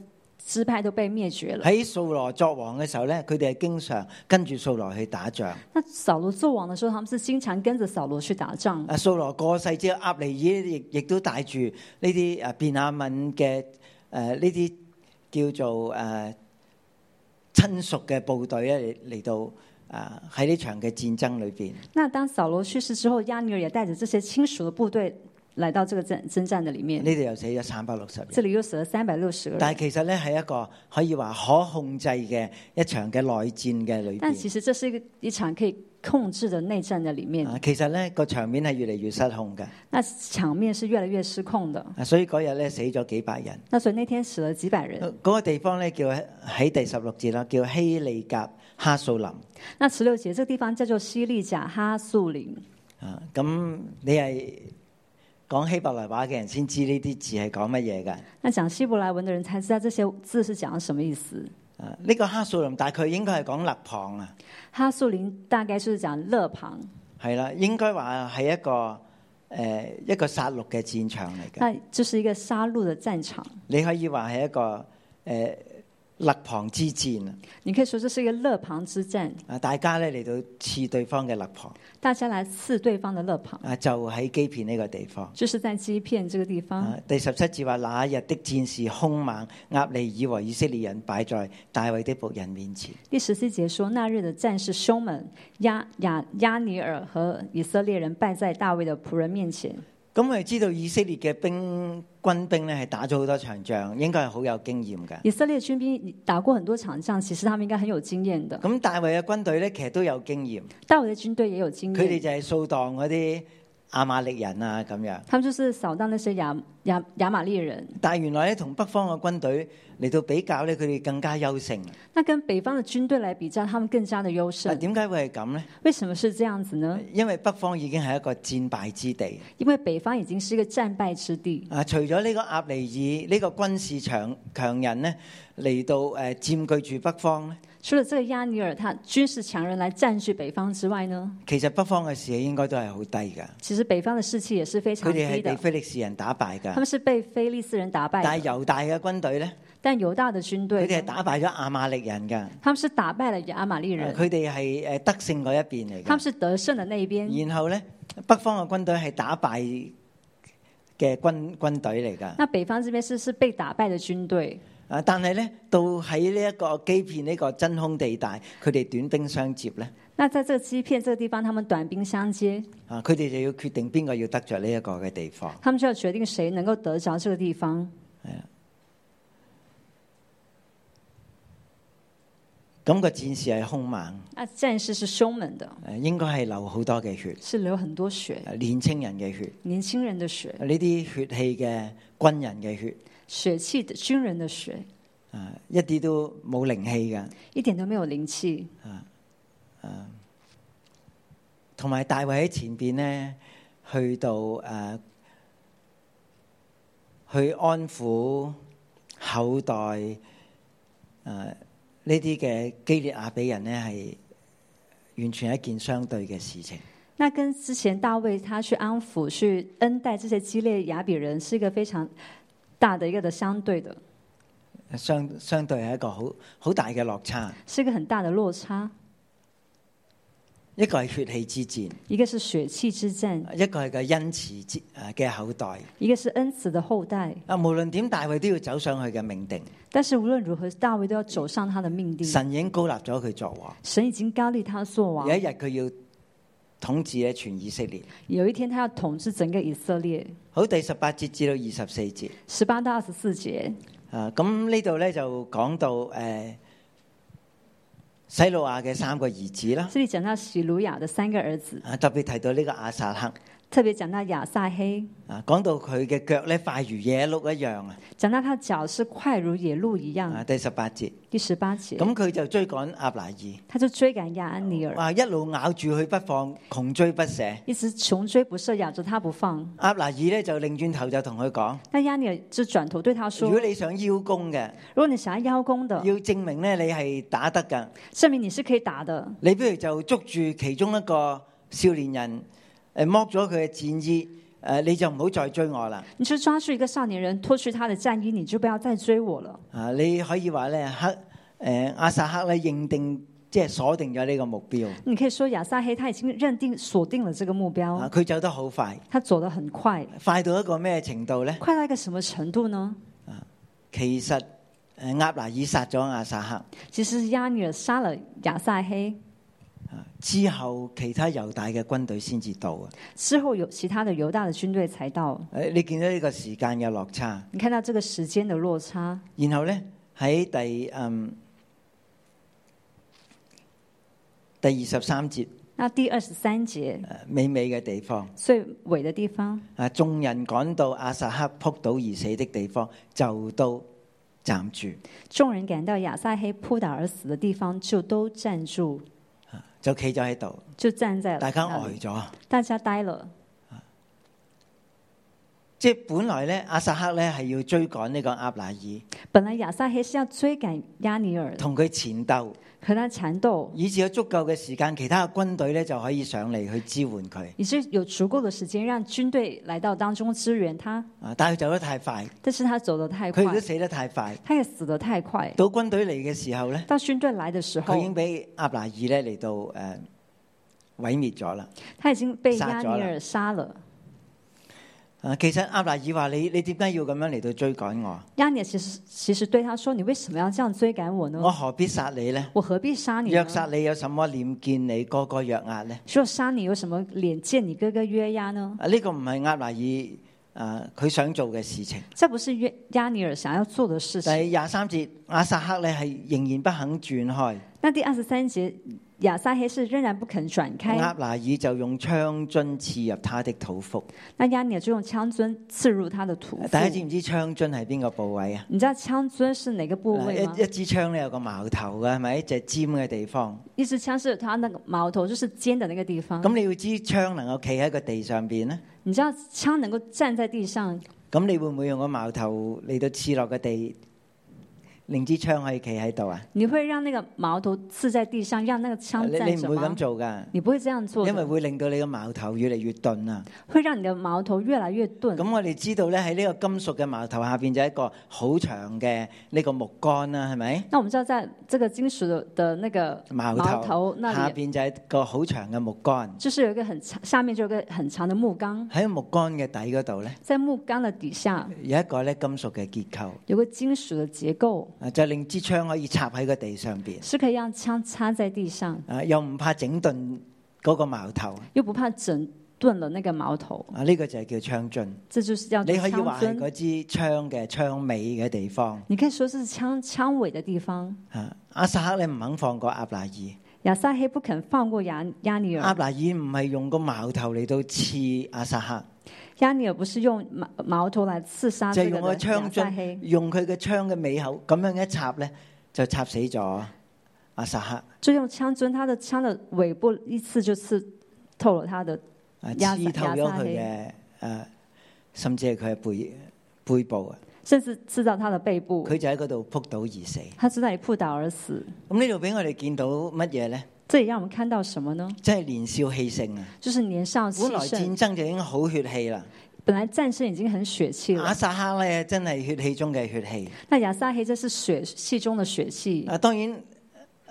Speaker 3: 支派都被灭绝了。
Speaker 2: 喺掃羅作王嘅時候咧，佢哋係經常跟住掃羅去打仗。
Speaker 3: 那扫罗做王的时候，他们是经常跟着扫罗去打仗。
Speaker 2: 啊，掃羅過世之後，押尼爾亦亦都帶住呢啲啊便雅憫嘅誒呢啲叫做誒、啊、親屬嘅部隊咧嚟嚟到啊喺呢場嘅戰爭裏邊。
Speaker 3: 那当扫罗去世之后，亚尼尔也带着这些亲属的部队来到这个征征战的里面，
Speaker 2: 呢度又死咗三百六十人。
Speaker 3: 这里又死了三百六十个人。
Speaker 2: 但係其實咧係一個可以話可控制嘅一場嘅內戰嘅裏
Speaker 3: 但其
Speaker 2: 邊。
Speaker 3: 实这是一个一场可以控制的内战在里面，
Speaker 2: 啊，其實咧個場面係越嚟越失控嘅，
Speaker 3: 那场面是越来越失控的。
Speaker 2: 啊所以嗰日咧死咗幾百人。
Speaker 3: 那所以那天死了几百人。
Speaker 2: 呃嗰、個地方咧叫喺第十六節啦，叫希利甲哈素林。
Speaker 3: 那十六节这个地方叫做西利甲哈素林。
Speaker 2: 啊，咁你係講希伯來話嘅人先知呢啲字係講乜嘢㗎？
Speaker 3: 那讲希伯来文的人才知道这些字是讲什么意思。
Speaker 2: 啊，呢、個哈素林大概應該係講勒旁啊，
Speaker 3: 哈素林大概就是讲勒旁，
Speaker 2: 係啦，應該話係一個誒、呃一個殺戮嘅戰場嚟嘅。
Speaker 3: 那就是一个杀戮的战场。
Speaker 2: 你可以話係一個誒勒旁之戰
Speaker 3: 你可以说这是一个勒旁之战，
Speaker 2: 啊！大家咧嚟到刺對方嘅勒旁
Speaker 3: 大家来刺对方的勒旁，
Speaker 2: 啊，就喺基片呢個地方。
Speaker 3: 就是在基片这个地方
Speaker 2: 啊。、第十七節話：那日的戰士兇猛，押尼爾和以色列人擺在大衛的仆人面前。
Speaker 3: 第十四节说，那日的战士凶猛，亚亚亚尼尔和以色列人败在大卫的仆人面前。
Speaker 2: 咁我哋知道以色列嘅兵軍兵咧係打咗好多場仗，應該係好有經驗嘅。
Speaker 3: 以色列军兵打过很多场仗，其实他们应该很有经验的。
Speaker 2: 咁大衛嘅軍隊咧其實都有經驗，
Speaker 3: 大卫的军队也有经
Speaker 2: 佢哋
Speaker 3: 验，
Speaker 2: 就係掃蕩嗰啲亞瑪力人啊咁樣。
Speaker 3: 他们就是扫荡那些亚亚亚玛利人。
Speaker 2: 但係原來咧同北方嘅軍隊嚟到比較咧，佢哋更加優勝。
Speaker 3: 那跟北方的军队来比较，他们更加的优
Speaker 2: 啊，
Speaker 3: 胜。
Speaker 2: 點解會係咁呢？
Speaker 3: 为什么是这样子呢？
Speaker 2: 因為北方已經係一個戰敗之地。
Speaker 3: 因为北方已经是一个战败之地。
Speaker 2: 啊，除咗呢個鴨尼爾呢、個軍事強強人呢嚟到誒佔據住北方咧，
Speaker 3: 除了这个亚尼尔他军事强人来占据北方之外呢，
Speaker 2: 其實北方嘅士氣應該都係好低㗎。
Speaker 3: 其实北方的士气也是非
Speaker 2: 佢
Speaker 3: 常
Speaker 2: 哋係被
Speaker 3: 低的。
Speaker 2: 菲力士人打敗
Speaker 3: 他
Speaker 2: 㗎。
Speaker 3: 们是被非利士人打败
Speaker 2: 但係
Speaker 3: 的，
Speaker 2: 猶大嘅軍隊呢，
Speaker 3: 但犹大的军
Speaker 2: 佢
Speaker 3: 队
Speaker 2: 哋係
Speaker 3: 呢，
Speaker 2: 打敗咗亞瑪力人㗎。啊
Speaker 3: 他们是打败了亚玛利人，
Speaker 2: 佢哋係誒得勝嗰一邊嚟
Speaker 3: 他们
Speaker 2: 㗎。
Speaker 3: 是得胜的那一边。
Speaker 2: 然後呢，北方嘅軍隊係打敗嘅軍軍隊嚟㗎。
Speaker 3: 那北方这边是是被打败的軍隊，
Speaker 2: 啊，但係咧，到喺呢一個基片呢個真空地帶，佢哋短兵相接咧，
Speaker 3: 那在这个基片这个地方，他们短兵相接，
Speaker 2: 啊，佢哋就要決定邊個要得着呢一個嘅地方。
Speaker 3: 他们就要决定谁能够得着这个地方。
Speaker 2: 咁、個戰士係兇猛，
Speaker 3: 那战士是凶猛的，
Speaker 2: 誒應該係流好多嘅血，
Speaker 3: 是流很多血，
Speaker 2: 誒年青人嘅血，
Speaker 3: 年轻人的血，
Speaker 2: 呢啲血氣嘅軍人嘅血，
Speaker 3: 血气的军人的血，
Speaker 2: 啊，一啲都冇靈氣㗎。
Speaker 3: 一点都没有灵气。
Speaker 2: 同埋大衛喺前邊咧，去到誒、啊去安撫後代誒呢啲嘅基列亞比人咧，係完全係一件相對嘅事情。
Speaker 3: 那跟之前大卫他去安抚、去恩待这些激烈亚比人，是一个非常大的一个的相对的，
Speaker 2: 相相對係一個好好大嘅落差，
Speaker 3: 是一个很大的落差。
Speaker 2: 一個係血氣之戰，
Speaker 3: 一个是血气之战，
Speaker 2: 一個係個恩慈之誒嘅後代。
Speaker 3: 一个是恩慈的后代。
Speaker 2: 啊，無論點，大衛都要走上佢嘅命定，
Speaker 3: 但是无论如何，大卫都要走上他的命定。
Speaker 2: 神已經高立咗佢作王。
Speaker 3: 神已经高立他做王
Speaker 2: 有，一日佢要統治咧全以色列。
Speaker 3: 有一天他要统治整个以色列。
Speaker 2: 好，第十八節至到二十四節
Speaker 3: 十八到二十四节，
Speaker 2: 啊，咁呢度咧就講到诶、呃洗魯亞嘅三個兒子啦，
Speaker 3: 这里讲到喜鲁雅的三个儿子，
Speaker 2: 啊特別提到呢個亞撒克
Speaker 3: 特别讲到亚撒黑，
Speaker 2: 啊，講到佢嘅腳咧快如野鹿一樣啊，
Speaker 3: 讲到他脚是快如野鹿一
Speaker 2: 啊
Speaker 3: 样。
Speaker 2: 第十八節，
Speaker 3: 第十八节，
Speaker 2: 咁佢就追趕亞拿爾，
Speaker 3: 他就追赶亚安尼尔，
Speaker 2: 哇一路咬住佢不放，窮追不捨。
Speaker 3: 一直穷追不舍，咬着他不放。
Speaker 2: 亞拿爾咧就擰轉頭就同佢講：，
Speaker 3: 那亚尼尔就转头对他说
Speaker 2: 如：“果你想邀功嘅，
Speaker 3: 如果你想要邀功的，
Speaker 2: 要證明咧你係打得㗎，
Speaker 3: 证明你是可以打的，
Speaker 2: 你不如就捉住其中一個少年人，诶剝咗佢嘅戰衣，诶你就唔好再追我啦。
Speaker 3: 你就抓住一个少年人，脱去他的战衣，你就不要再追我了。
Speaker 2: 啊，你可以話咧，黑诶阿萨克咧認定即係鎖定咗呢個目標，”
Speaker 3: 你可以说亚撒黑他已经认定锁定了这个目
Speaker 2: 啊
Speaker 3: 标，
Speaker 2: 佢走得好快，
Speaker 3: 他走得很快，
Speaker 2: 快到一個咩程度咧？
Speaker 3: 快到一个什么程度呢？
Speaker 2: 其實诶纳拿爾殺咗阿萨克
Speaker 3: 其实亚尼尔杀了亚撒黑
Speaker 2: 之後，其他猶大嘅軍隊先至到啊！
Speaker 3: 之后，有其他的犹大的军队才到。
Speaker 2: 诶，你見到呢個時間嘅落差，
Speaker 3: 你看到这个时间的落差，
Speaker 2: 然後咧喺第嗯第二十三節
Speaker 3: 那第二十三节
Speaker 2: 呃美美嘅地方。
Speaker 3: 最尾的地方，
Speaker 2: 啊！眾人趕到阿薩克撲倒而死的地方，就都站住。
Speaker 3: 众人赶到亚撒黑扑倒而死的地方，就都站住，
Speaker 2: 就企咗喺度，
Speaker 3: 就站在了
Speaker 2: 大家
Speaker 3: 那
Speaker 2: 呆
Speaker 3: 里
Speaker 2: 咗。
Speaker 3: 大家呆了。
Speaker 2: 即系本來咧，阿薩克咧係要追趕呢個阿拿爾，
Speaker 3: 本来亚撒黑是要追赶亚尼尔，
Speaker 2: 同佢前鬥，
Speaker 3: 和他缠斗，
Speaker 2: 以至有足夠嘅時間，其他嘅軍隊咧就可以上嚟去支援佢。
Speaker 3: 也是有足够的时间让军队来到当中支援他，
Speaker 2: 啊，但係佢走得太快，
Speaker 3: 但是他走得太
Speaker 2: 佢亦都
Speaker 3: 快，
Speaker 2: 死得太快。
Speaker 3: 他也死得太快。
Speaker 2: 到軍隊嚟嘅時候咧，
Speaker 3: 到军队来的时
Speaker 2: 佢已
Speaker 3: 候
Speaker 2: 經，俾阿拿爾咧嚟到诶毁灭咗啦。
Speaker 3: 他已经被
Speaker 2: 杀
Speaker 3: 亚
Speaker 2: 咗啦
Speaker 3: 尼尔杀了。
Speaker 2: 啊，其實阿拿爾話：你你点解要咁樣嚟到追趕我？
Speaker 3: 亚尼尔其实其实对他说：“你为什么要这样追赶我呢？
Speaker 2: 我何必殺你呢？
Speaker 3: 我何必哦杀你
Speaker 2: 若
Speaker 3: 呢？
Speaker 2: 殺你有什麼臉見你？個個若壓呢？
Speaker 3: 若杀你有什么脸见你哥哥约押呢？
Speaker 2: 啊，呢、個唔係阿拿爾啊，佢想做嘅事情。
Speaker 3: 这不是约亚尼尔想要做的事
Speaker 2: 第
Speaker 3: 情。
Speaker 2: 廿三節，亞撒克咧係仍然不肯轉開，
Speaker 3: 那第二十三节，亚撒黑是仍然不肯转开，
Speaker 2: 押拿爾就用槍樽刺入他的肚腹。
Speaker 3: 那亚尼尔就用枪尊刺入他的肚腹。
Speaker 2: 大家知唔知槍樽係邊個部位啊？
Speaker 3: 你知道枪尊是哪个部位吗
Speaker 2: 一？一支槍咧有個矛頭嘅，係咪？就係尖嘅地方。
Speaker 3: 一支枪是它那个矛头，就是尖的那个地方。
Speaker 2: 咁你要支槍能夠企喺個地上邊咧，
Speaker 3: 你知道枪能够站在地上，
Speaker 2: 咁你會唔會用個矛頭嚟到刺落個地，令支槍可以企喺度啊？
Speaker 3: 你会让那个矛头刺在地上，让那个枪
Speaker 2: 呃你
Speaker 3: 站
Speaker 2: 你唔
Speaker 3: 着
Speaker 2: 會
Speaker 3: 吗
Speaker 2: 咁？做噶，
Speaker 3: 你不会这样做的
Speaker 2: 因為會令到你個矛頭越嚟越鈍啊。
Speaker 3: 会让你的矛头越来越钝。
Speaker 2: 咁我哋知道咧，喺呢個金屬嘅矛頭下邊就係一個好長嘅呢個木杆啦，係咪？
Speaker 3: 那我们知道，在这个金属的的那个
Speaker 2: 矛
Speaker 3: 矛
Speaker 2: 頭
Speaker 3: 头那
Speaker 2: 下
Speaker 3: 里，
Speaker 2: 邊就係一個好長嘅木杆，
Speaker 3: 就是有一个很长，下面就有一个很长的木杆，
Speaker 2: 喺木杆嘅底嗰度咧，
Speaker 3: 在木杆的底下
Speaker 2: 有一個咧金屬嘅結構，
Speaker 3: 有个金属的结构，
Speaker 2: 啊就令支槍可以插喺個地上邊，
Speaker 3: 是可以让枪插在地上，
Speaker 2: 啊又唔怕整頓嗰個矛頭，
Speaker 3: 又不怕整钝了那个矛头。
Speaker 2: 啊呢、個就係叫槍樽。
Speaker 3: 这就是叫做
Speaker 2: 你可以
Speaker 3: 枪
Speaker 2: 話係
Speaker 3: 尊。
Speaker 2: 嗰支槍嘅槍尾嘅地方。
Speaker 3: 你可以说这是枪枪尾的地方。
Speaker 2: 啊，阿薩克咧唔肯放過阿拿爾，
Speaker 3: 亚撒黑不肯放过亚亚尼
Speaker 2: 阿
Speaker 3: 尔，
Speaker 2: 拿爾唔係用個矛頭嚟到刺阿薩克。
Speaker 3: 亚尼尔不是用矛矛头来刺杀
Speaker 2: 就
Speaker 3: 这个
Speaker 2: 用個
Speaker 3: 人
Speaker 2: 槍
Speaker 3: 亚撒黑
Speaker 2: 樽，，用佢嘅槍嘅尾口咁樣一插咧，就插死咗阿撒克，
Speaker 3: 就用枪尊，他的枪的尾部一刺就刺透了他的，
Speaker 2: 啊
Speaker 3: 壓
Speaker 2: 刺透咗
Speaker 3: 壓撒
Speaker 2: 佢
Speaker 3: 氣
Speaker 2: 嘅誒，甚至係佢嘅背背部啊，
Speaker 3: 甚至刺到他的背部。
Speaker 2: 佢就喺嗰度撲倒而死。
Speaker 3: 他就在那里扑倒而死。
Speaker 2: 咁呢度俾我哋見到乜嘢咧？
Speaker 3: 这也让我们看到什么呢？
Speaker 2: 真係年少氣盛啊！
Speaker 3: 就是年少气
Speaker 2: 本來
Speaker 3: 盛
Speaker 2: 戰，爭就已經好血氣啦，
Speaker 3: 本来战胜已经很血气
Speaker 2: 阿
Speaker 3: 了，
Speaker 2: 撒克咧真係血氣中嘅血氣。
Speaker 3: 那亚撒黑这是血气中的血气。
Speaker 2: 啊，當然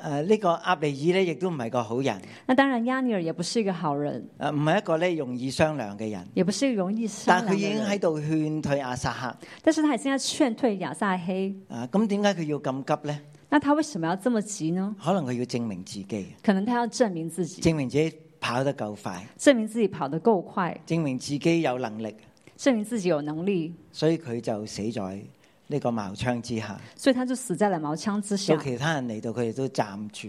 Speaker 2: 誒呢個阿利爾咧，亦都唔係個好人，
Speaker 3: 那当然，亚尼尔也不是一个好人，
Speaker 2: 誒唔係一個咧容易商量嘅人，
Speaker 3: 也不是一个容易
Speaker 2: 但
Speaker 3: 商
Speaker 2: 係佢
Speaker 3: 量
Speaker 2: 已
Speaker 3: 的
Speaker 2: 經喺
Speaker 3: 人。
Speaker 2: 度勸退阿撒克。
Speaker 3: 但是他也现在劝退亚撒黑，
Speaker 2: 啊，咁點解佢要咁急呢？
Speaker 3: 那他为什么要这么急呢？
Speaker 2: 可能佢要證明自己，
Speaker 3: 可能他要证明自己，
Speaker 2: 證明自己跑得夠快，
Speaker 3: 证明自己跑得够快，
Speaker 2: 證明自己有能力，
Speaker 3: 证明自己有能力，
Speaker 2: 所以佢就死在呢個矛槍之下。
Speaker 3: 所以他就死在了矛枪之
Speaker 2: 到
Speaker 3: 下。
Speaker 2: 其他人嚟到，佢哋都站住。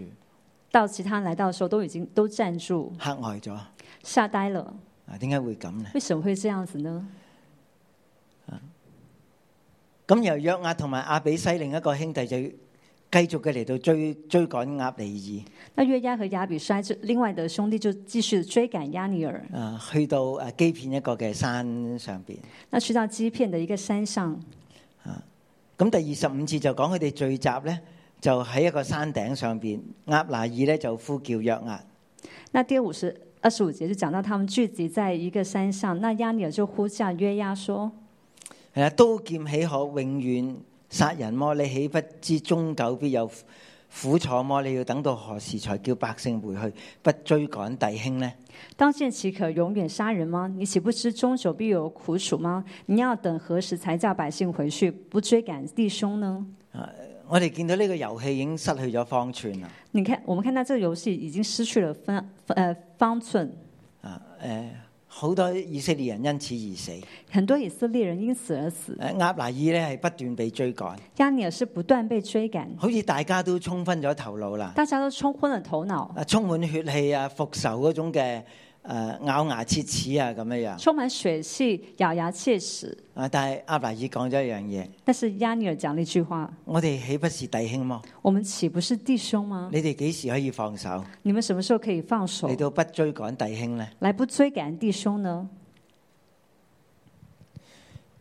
Speaker 3: 到其他人来到的时候，都已经都站住，
Speaker 2: 嚇呆咗啊！
Speaker 3: 吓呆了。
Speaker 2: 點解會咁咧？
Speaker 3: 为什么会这样子呢？
Speaker 2: 咁由約押同埋亞比西另一個兄弟就繼續嘅嚟到追追趕押尼
Speaker 3: 那约押和亚比筛这另外的兄弟就继续追赶亚尼尔，
Speaker 2: 爾，啊，去到誒基片一個嘅山上邊。
Speaker 3: 那去到基片的一个山上。
Speaker 2: 咁第二十五節就講佢哋聚集咧，就喺一個山頂上邊，押拿爾咧就呼叫約押。
Speaker 3: 那第五十二十五节就讲到他们聚集在一个山上，那亚尼尔就呼叫约押说
Speaker 2: 係啊，刀劍豈可永遠殺人麼？你豈不知終久必有苦楚麼？你要等到何時才叫百姓回去，不追趕弟兄呢？：“
Speaker 3: 当见岂可永远杀人吗？你岂不知终久必有苦楚吗？你要等何时才叫百姓回去，不追赶弟兄呢
Speaker 2: 我哋見到呢個遊戲已經失去咗方寸啦。？”
Speaker 3: 你看，我们看到这个游戏已经失去了方呃方寸，
Speaker 2: 啊，誒、好多以色列人因此而死。
Speaker 3: 很多以色列人因此而死。
Speaker 2: 誒押拿爾咧係不斷被追趕，
Speaker 3: 亚尼尔是不断被追赶，
Speaker 2: 好似大家都衝昏咗頭腦啦，
Speaker 3: 大家都冲昏了头脑，
Speaker 2: 啊，充滿血氣啊，復仇嗰種嘅誒、呃咬牙切齒啊咁樣樣。
Speaker 3: 充满血气，咬牙切齿。
Speaker 2: 啊，但係押拿爾講咗一樣嘢，
Speaker 3: 但是亚尼尔讲了一句话
Speaker 2: 我哋豈不是弟兄麼？：“
Speaker 3: 我们岂不是弟兄吗？”
Speaker 2: 你哋幾時可以放手？
Speaker 3: 你们什么时候可以放手
Speaker 2: 嚟，到不追趕弟兄呢？
Speaker 3: 来不追赶弟兄呢？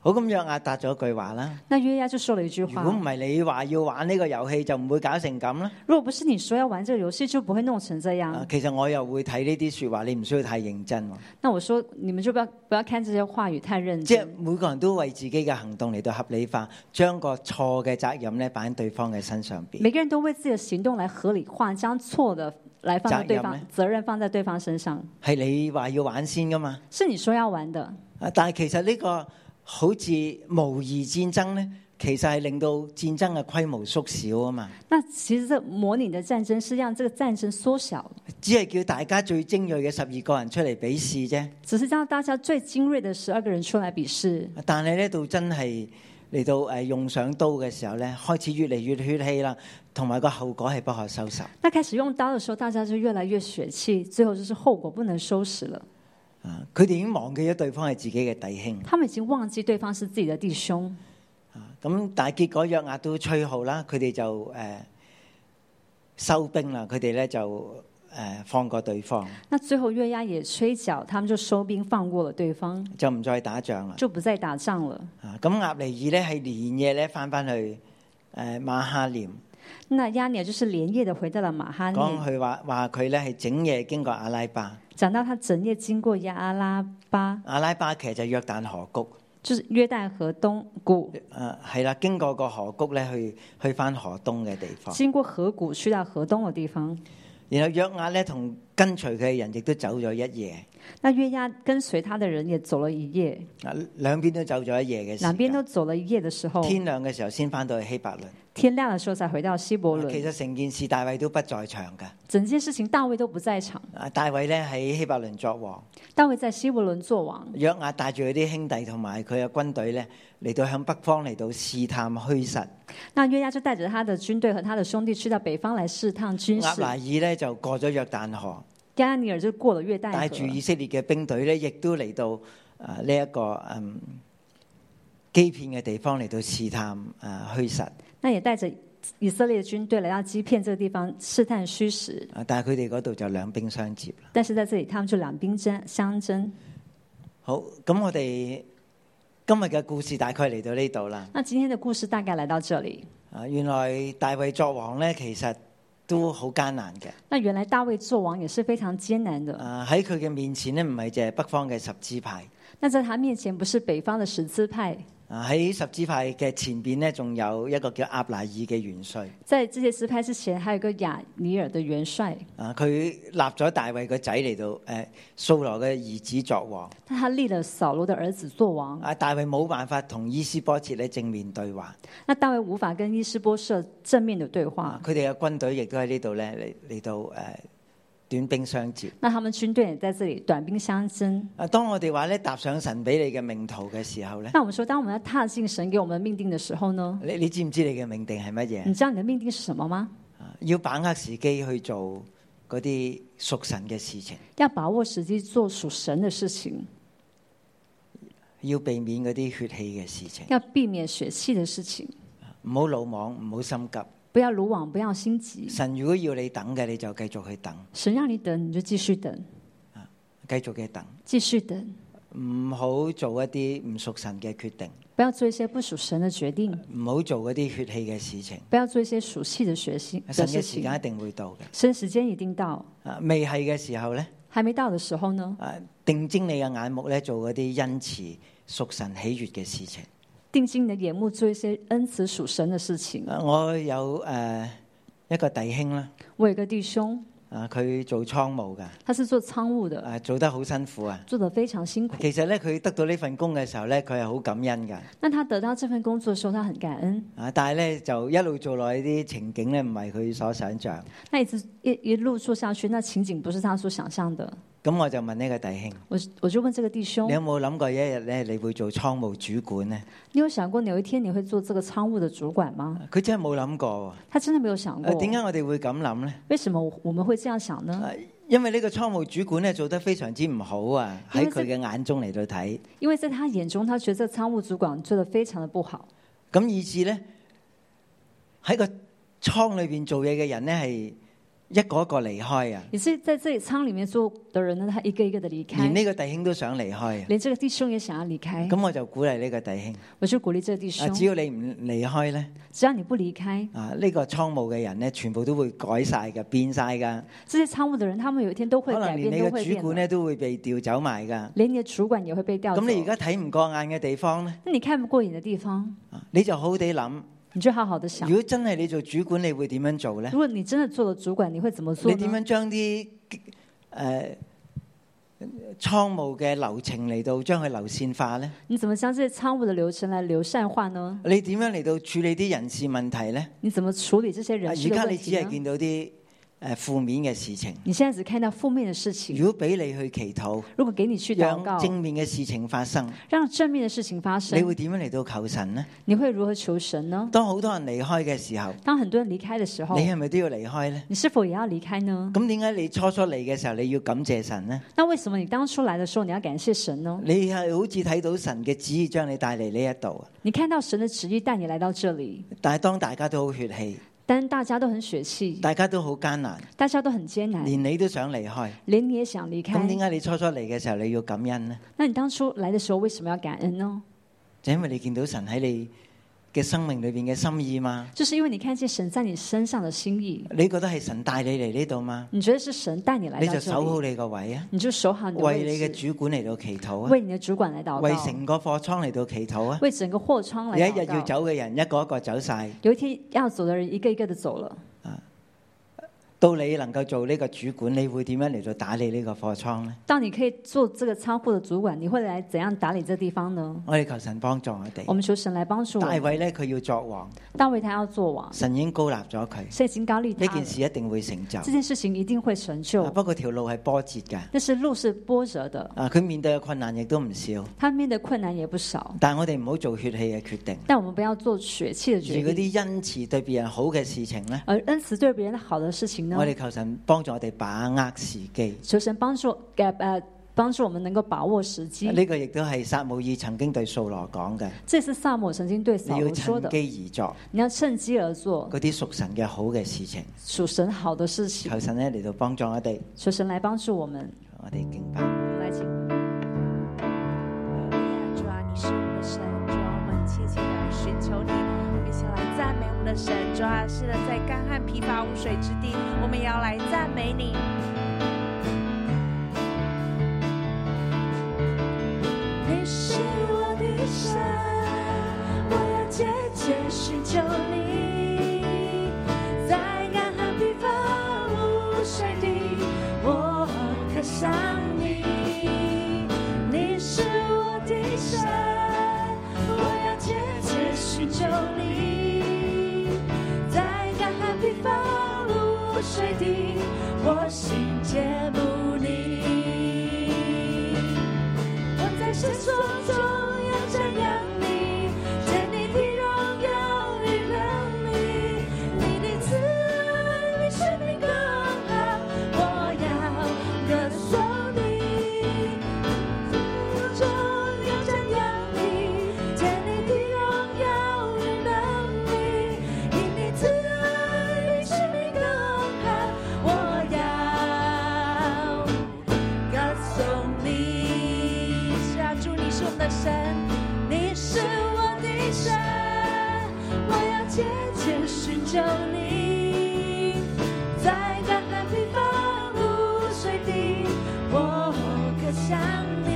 Speaker 2: 好咁，約押答咗句話啦。
Speaker 3: 那约押就说了一句
Speaker 2: 如
Speaker 3: 话
Speaker 2: 果唔係你話要玩呢個遊戲，就唔會搞成咁啦。：“
Speaker 3: 如果不是你说要玩这个游戏，就不会弄成这样。
Speaker 2: 啊其實我又會睇呢啲说話，你唔需要太認真喎。
Speaker 3: 那我说，你们就不要不要看这些话语太认
Speaker 2: 即係
Speaker 3: 真。
Speaker 2: 每個人都為自己嘅行動嚟到合理化，將個錯嘅責任咧擺喺對方嘅身上邊。
Speaker 3: 每个人都为自己的行动来合理化，将错的来放在对
Speaker 2: 责任呢
Speaker 3: 方责任放在对方身上，
Speaker 2: 係你話要玩先噶嘛？
Speaker 3: 是你说要玩的。
Speaker 2: 啊但係其實呢個好似模擬戰爭咧，其實係令到戰爭嘅規模縮小啊嘛。
Speaker 3: 那其实这模拟的战争是让这个战争缩小，
Speaker 2: 只係叫大家最精鋭嘅十二個人出嚟比試啫。
Speaker 3: 只是让大家最精锐的十二个人出来比试。
Speaker 2: 但係咧，到真係嚟到誒用上刀嘅時候咧，開始越嚟越血氣啦，同埋個後果係不可收拾。
Speaker 3: 那开始用刀的时候，大家就越来越血气，最后就是后果不能收拾了。
Speaker 2: 啊，佢哋已經忘記咗對方係自己嘅弟兄。
Speaker 3: 他们已经忘记对方是自己的弟兄。
Speaker 2: 啊，咁但係結果約押都吹號啦，佢哋就誒、呃收兵啦，佢哋咧就誒、呃放過對方，
Speaker 3: 那最后月牙也吹角，他们就收兵，放过了对方，
Speaker 2: 就唔再打仗啦。
Speaker 3: 就不再打仗了。
Speaker 2: 啊，咁押尼爾咧係連夜咧翻翻去誒馬哈念，
Speaker 3: 那亚尼尔就是连夜的回到了马哈
Speaker 2: 講
Speaker 3: 念，
Speaker 2: 佢話話佢咧係整夜經過阿拉巴，
Speaker 3: 讲到他整夜经过亚阿拉巴，
Speaker 2: 阿拉巴其實就約旦河谷。
Speaker 3: 就是约旦河东谷，
Speaker 2: 誒係啦，經過個河谷咧，去去翻河東嘅地方。
Speaker 3: 经过河谷去到河东的地方。
Speaker 2: 然後約押咧同跟隨佢嘅人亦都走咗一夜，
Speaker 3: 那月牙跟随他的人也走了一夜，
Speaker 2: 啊兩邊都走咗一夜嘅時間。
Speaker 3: 两边都走了一夜的时候，
Speaker 2: 天亮嘅時候先翻到去希伯倫。
Speaker 3: 天亮的时候才回到希伯
Speaker 2: 啊其
Speaker 3: 伦。
Speaker 2: 實成件事大衛都不在場㗎。
Speaker 3: 整件事情大卫都不在场，
Speaker 2: 啊，大衛咧喺希伯倫作王，
Speaker 3: 大卫在希伯伦做王。
Speaker 2: 約押帶住佢啲兄弟同埋佢嘅軍隊咧嚟到向北方嚟到試探虛實。
Speaker 3: 那约押就带着他的军队和他的兄弟去到北方来试探军
Speaker 2: 押
Speaker 3: 事
Speaker 2: 拿。爾咧就過咗約旦河，
Speaker 3: 亚尼尔就過了约旦
Speaker 2: 帶住以
Speaker 3: 河，
Speaker 2: 色列嘅兵隊咧，亦都嚟到啊呢一個嗯基片嘅地方嚟到試探啊虛實。
Speaker 3: 那也带着以色列的军队来到基片这个地方试探虚实，
Speaker 2: 啊，但係佢哋嗰度就兩兵相接啦。
Speaker 3: 但是在这里他们就两兵争相争。
Speaker 2: 好，咁我哋今日嘅故事大概嚟到呢度啦。
Speaker 3: 那今天的故事大概来到这里。
Speaker 2: 啊，原來大衛作王咧，其實都好艱難嘅。
Speaker 3: 那原来大卫做王也是非常艰难的。
Speaker 2: 啊，喺佢嘅面前咧，唔係淨係北方嘅十支派。
Speaker 3: 那在他面前不是北方的十字派，
Speaker 2: 啊，喺十支派嘅前邊咧，仲有一個叫押拿爾嘅元帥。
Speaker 3: 在这些支派之前还有一个亚尼尔的元帅，
Speaker 2: 啊，佢立咗大衛個仔嚟到，誒、掃羅嘅兒子作王。
Speaker 3: 那他立了扫罗的儿子做王。
Speaker 2: 啊，大衛冇辦法同伊斯波切咧正面對話。
Speaker 3: 那大卫无法跟伊斯波设正面的对话
Speaker 2: 啊，，佢哋嘅軍隊亦都喺呢度咧嚟嚟到誒、短兵相接。
Speaker 3: 那他们军队也在这里短兵相争。
Speaker 2: 啊，當我哋話咧踏上神俾你嘅命途嘅時候咧，
Speaker 3: 那我们说，当我们要踏进神给我们命定的时候呢？
Speaker 2: 你你知唔知你嘅命定係乜嘢？
Speaker 3: 你知道你的命定是什么吗？
Speaker 2: 啊要把握時機去做嗰啲屬神嘅事情，
Speaker 3: 要把握时机做属神的事情，
Speaker 2: 要避免嗰啲血氣嘅事情，
Speaker 3: 要避免血气的事情，
Speaker 2: 唔好魯莽，唔好心急。
Speaker 3: 不要鲁莽，不要心急。
Speaker 2: 神如果要你等嘅，你就繼續去等，
Speaker 3: 神让你等，你就继续等，
Speaker 2: 繼續嘅等，
Speaker 3: 继续等，
Speaker 2: 唔好做一啲唔屬神嘅決定，
Speaker 3: 不要做一些不属神的决定，
Speaker 2: 唔好做嗰啲血氣嘅事情。
Speaker 3: 不要做一些属气的学习
Speaker 2: 神
Speaker 3: 的
Speaker 2: 嘅時
Speaker 3: 事情。
Speaker 2: 間一定會到嘅。
Speaker 3: 神时间一定到，
Speaker 2: 啊，未係嘅時候咧，
Speaker 3: 还没到的时候呢，
Speaker 2: 啊，定睛你嘅眼目咧，做嗰啲恩慈、屬神喜悦嘅事情。
Speaker 3: 定睛你的眼目做一些恩慈属神的事情。
Speaker 2: 啊我有诶、呃一個弟兄啦，
Speaker 3: 我有一个弟兄，
Speaker 2: 啊，佢做倉務噶，
Speaker 3: 他是做仓务的，
Speaker 2: 啊，做得好辛苦啊。
Speaker 3: 做的非常辛苦。
Speaker 2: 其實咧，佢得到呢份工嘅時候咧，佢係好感恩噶。
Speaker 3: 那他得到这份工作的时候，他很感 恩。
Speaker 2: 啊，但係咧就一路做落去啲情景咧，唔係佢所想像。
Speaker 3: 那一直一一路做下去，那情景不是他所想象的。
Speaker 2: 咁我就問呢個弟兄：
Speaker 3: 我我就問这个弟兄
Speaker 2: 你，有冇諗過一日咧，你會做倉務主管咧？
Speaker 3: 你有想过有一天你会做这个仓务的主管吗？
Speaker 2: 佢真係冇諗過
Speaker 3: 他真的没有想
Speaker 2: 喎。
Speaker 3: 过
Speaker 2: 啊。點解我哋會咁諗咧？
Speaker 3: 为什么我我们会这样想
Speaker 2: 呃
Speaker 3: 呢？
Speaker 2: 因為呢個倉務主管咧做得非常之唔好啊，
Speaker 3: 因
Speaker 2: 喺
Speaker 3: 為
Speaker 2: 佢嘅眼中嚟到睇，
Speaker 3: 因为在他眼中，他觉得这个仓务主管做的非常的不好，
Speaker 2: 咁以致咧喺個倉裏边做嘢嘅人咧係一個一個離開啊，
Speaker 3: 也是在这里仓里面做的人呢，他一个一个的离开
Speaker 2: 連，呢個弟兄都想離開啊。
Speaker 3: 连这个弟兄也想要离开。
Speaker 2: 咁我就鼓勵呢個弟兄，
Speaker 3: 我就鼓励这个弟
Speaker 2: 啊
Speaker 3: 兄，
Speaker 2: 只要你唔離開咧，
Speaker 3: 只要你不離開，
Speaker 2: 啊呢、個倉務嘅人咧全部都會改晒嘅，變晒噶，
Speaker 3: 這些倉務的人，他們有一天都會
Speaker 2: 可
Speaker 3: 改
Speaker 2: 能連
Speaker 3: 變，
Speaker 2: 你
Speaker 3: 都
Speaker 2: 嘅
Speaker 3: 會
Speaker 2: 主
Speaker 3: 變
Speaker 2: 管
Speaker 3: 的。
Speaker 2: 咧都會被調走埋噶。
Speaker 3: 連你的主管也會被調走。
Speaker 2: 咁你而家睇唔過眼嘅地方咧，
Speaker 3: 那你看不過眼的地方，
Speaker 2: 啊你就好好地諗，
Speaker 3: 你就好好的想
Speaker 2: 如。果真係你做主管，你會點樣做咧
Speaker 3: 如？果你真的做了主管，你會怎麼做
Speaker 2: 你點
Speaker 3: 呢？
Speaker 2: 樣將啲誒倉務嘅流程嚟到將佢流線化呢？
Speaker 3: 你怎麼將這些倉務的流程來流善化呢？
Speaker 2: 你點樣嚟到處理啲人事問題呢？啊
Speaker 3: 你怎麼處理這些
Speaker 2: 而
Speaker 3: 人事的
Speaker 2: 家
Speaker 3: 問
Speaker 2: 啊你只
Speaker 3: 題
Speaker 2: 係
Speaker 3: 呢？
Speaker 2: 見到啲誒負面嘅事情。
Speaker 3: 你現在只看到負面的事情，
Speaker 2: 如果俾你去祈禱，
Speaker 3: 如果給你去禱告
Speaker 2: 讓，正面嘅事情發生，
Speaker 3: 讓正面的事情發
Speaker 2: 你
Speaker 3: 生，
Speaker 2: 會點樣嚟到求神呢？
Speaker 3: 你會如何求神呢？
Speaker 2: 當好多人離開嘅時候，
Speaker 3: 當很多人離開的時候
Speaker 2: 你，係咪都要離開呢？
Speaker 3: 你是否也要離開呢？
Speaker 2: 咁點解你初初嚟嘅時候你要感謝神呢？
Speaker 3: 那為什麼你當初來的時候你要感謝神呢？
Speaker 2: 你係好似睇到神嘅旨意將你帶嚟呢一度，啊
Speaker 3: 你看到神的旨意帶你來到這裡，
Speaker 2: 但係當大家都好血氣，
Speaker 3: 但大家都很血氣，
Speaker 2: 大家都好艱難。
Speaker 3: 大家都很艱難，
Speaker 2: 連你都想離開，
Speaker 3: 連你也想離
Speaker 2: 咁點
Speaker 3: 開。
Speaker 2: 解你初初嚟嘅時候你要感恩呢？
Speaker 3: 那你當初來的時候為什麼要感恩呢？
Speaker 2: 就因為你見到神喺你嘅生命裏边嘅心意嘛，
Speaker 3: 就是因為你看見神在你身上的心意，
Speaker 2: 你覺得係神帶你嚟呢度嘛，
Speaker 3: 你覺得是神帶你來
Speaker 2: 你
Speaker 3: 到
Speaker 2: 就
Speaker 3: 這
Speaker 2: 守好
Speaker 3: 裡，
Speaker 2: 你個位啊，
Speaker 3: 你就守好你的
Speaker 2: 為
Speaker 3: 位
Speaker 2: 你嘅
Speaker 3: 置，
Speaker 2: 主管嚟到祈禱啊，
Speaker 3: 為你的主管來禱
Speaker 2: 為
Speaker 3: 告，
Speaker 2: 成個貨倉嚟到祈禱啊。
Speaker 3: 為整個貨倉
Speaker 2: 有一
Speaker 3: 來
Speaker 2: 日要
Speaker 3: 禱告。
Speaker 2: 走嘅人一個一個走晒，
Speaker 3: 有一天要走的人一個一個的走了，
Speaker 2: 到你能夠做呢個主管，你會點樣嚟到打理呢個貨倉呢？
Speaker 3: 到你可以做這個倉庫的主管，你會來怎樣打理這地方呢？
Speaker 2: 我哋求神幫助我
Speaker 3: 我啊
Speaker 2: 哋。
Speaker 3: 們求神來幫助我
Speaker 2: 哎大
Speaker 3: 們。
Speaker 2: 衛呢，佢要作王，
Speaker 3: 大衛他要做王，
Speaker 2: 神已經高立咗佢，
Speaker 3: 神已經高利
Speaker 2: 呢
Speaker 3: 他
Speaker 2: 件
Speaker 3: 了，
Speaker 2: 事一定會成就。
Speaker 3: 這件事情一定會成就
Speaker 2: 啊。不過條路係波折㗎。
Speaker 3: 但是路是波折的，
Speaker 2: 啊，佢面對嘅困難亦都唔少，
Speaker 3: 他面對困難也不少。
Speaker 2: 但係我哋唔好做血氣嘅決定，
Speaker 3: 但我們不要做血氣的
Speaker 2: 而
Speaker 3: 決
Speaker 2: 嗰
Speaker 3: 定，
Speaker 2: 啲恩慈對別人好嘅事情呢，
Speaker 3: 而恩慈對別人好的事情呢
Speaker 2: 我，哋求神幫助我哋把握時機。
Speaker 3: 求神幫助，給呃幫助我們能夠把握時機。
Speaker 2: 呢個亦都係撒母耳曾經對掃羅講嘅，
Speaker 3: 這是萨姆曾經對
Speaker 2: 你
Speaker 3: 掃
Speaker 2: 要
Speaker 3: 羅說
Speaker 2: 趁
Speaker 3: 的，
Speaker 2: 機而作
Speaker 3: 你要趁機而做
Speaker 2: 嗰啲屬神嘅好嘅事情。
Speaker 3: 屬神好的事情，
Speaker 2: 求神咧嚟到幫助我哋，
Speaker 3: 求神來幫助我們。
Speaker 2: 我哋敬拜。
Speaker 3: 我們來請。
Speaker 4: 主啊，你是我们的神，主啊，我们切切来寻求你，我们一起来赞美我们的神，主啊，是的，在干旱疲乏无水之地，我们也要来赞美你。你是我的神，我要切切寻求你，在干旱疲乏无水地，我渴想你。你是我的神，我要切切寻求你，在干旱疲乏无水地，我心切慕你。我在神所中要赞扬你，见你的荣耀与能力，你的慈爱比生命更好，我
Speaker 3: 神，你是我的神，我要切切寻求你，在干旱地方无水地，我渴想你。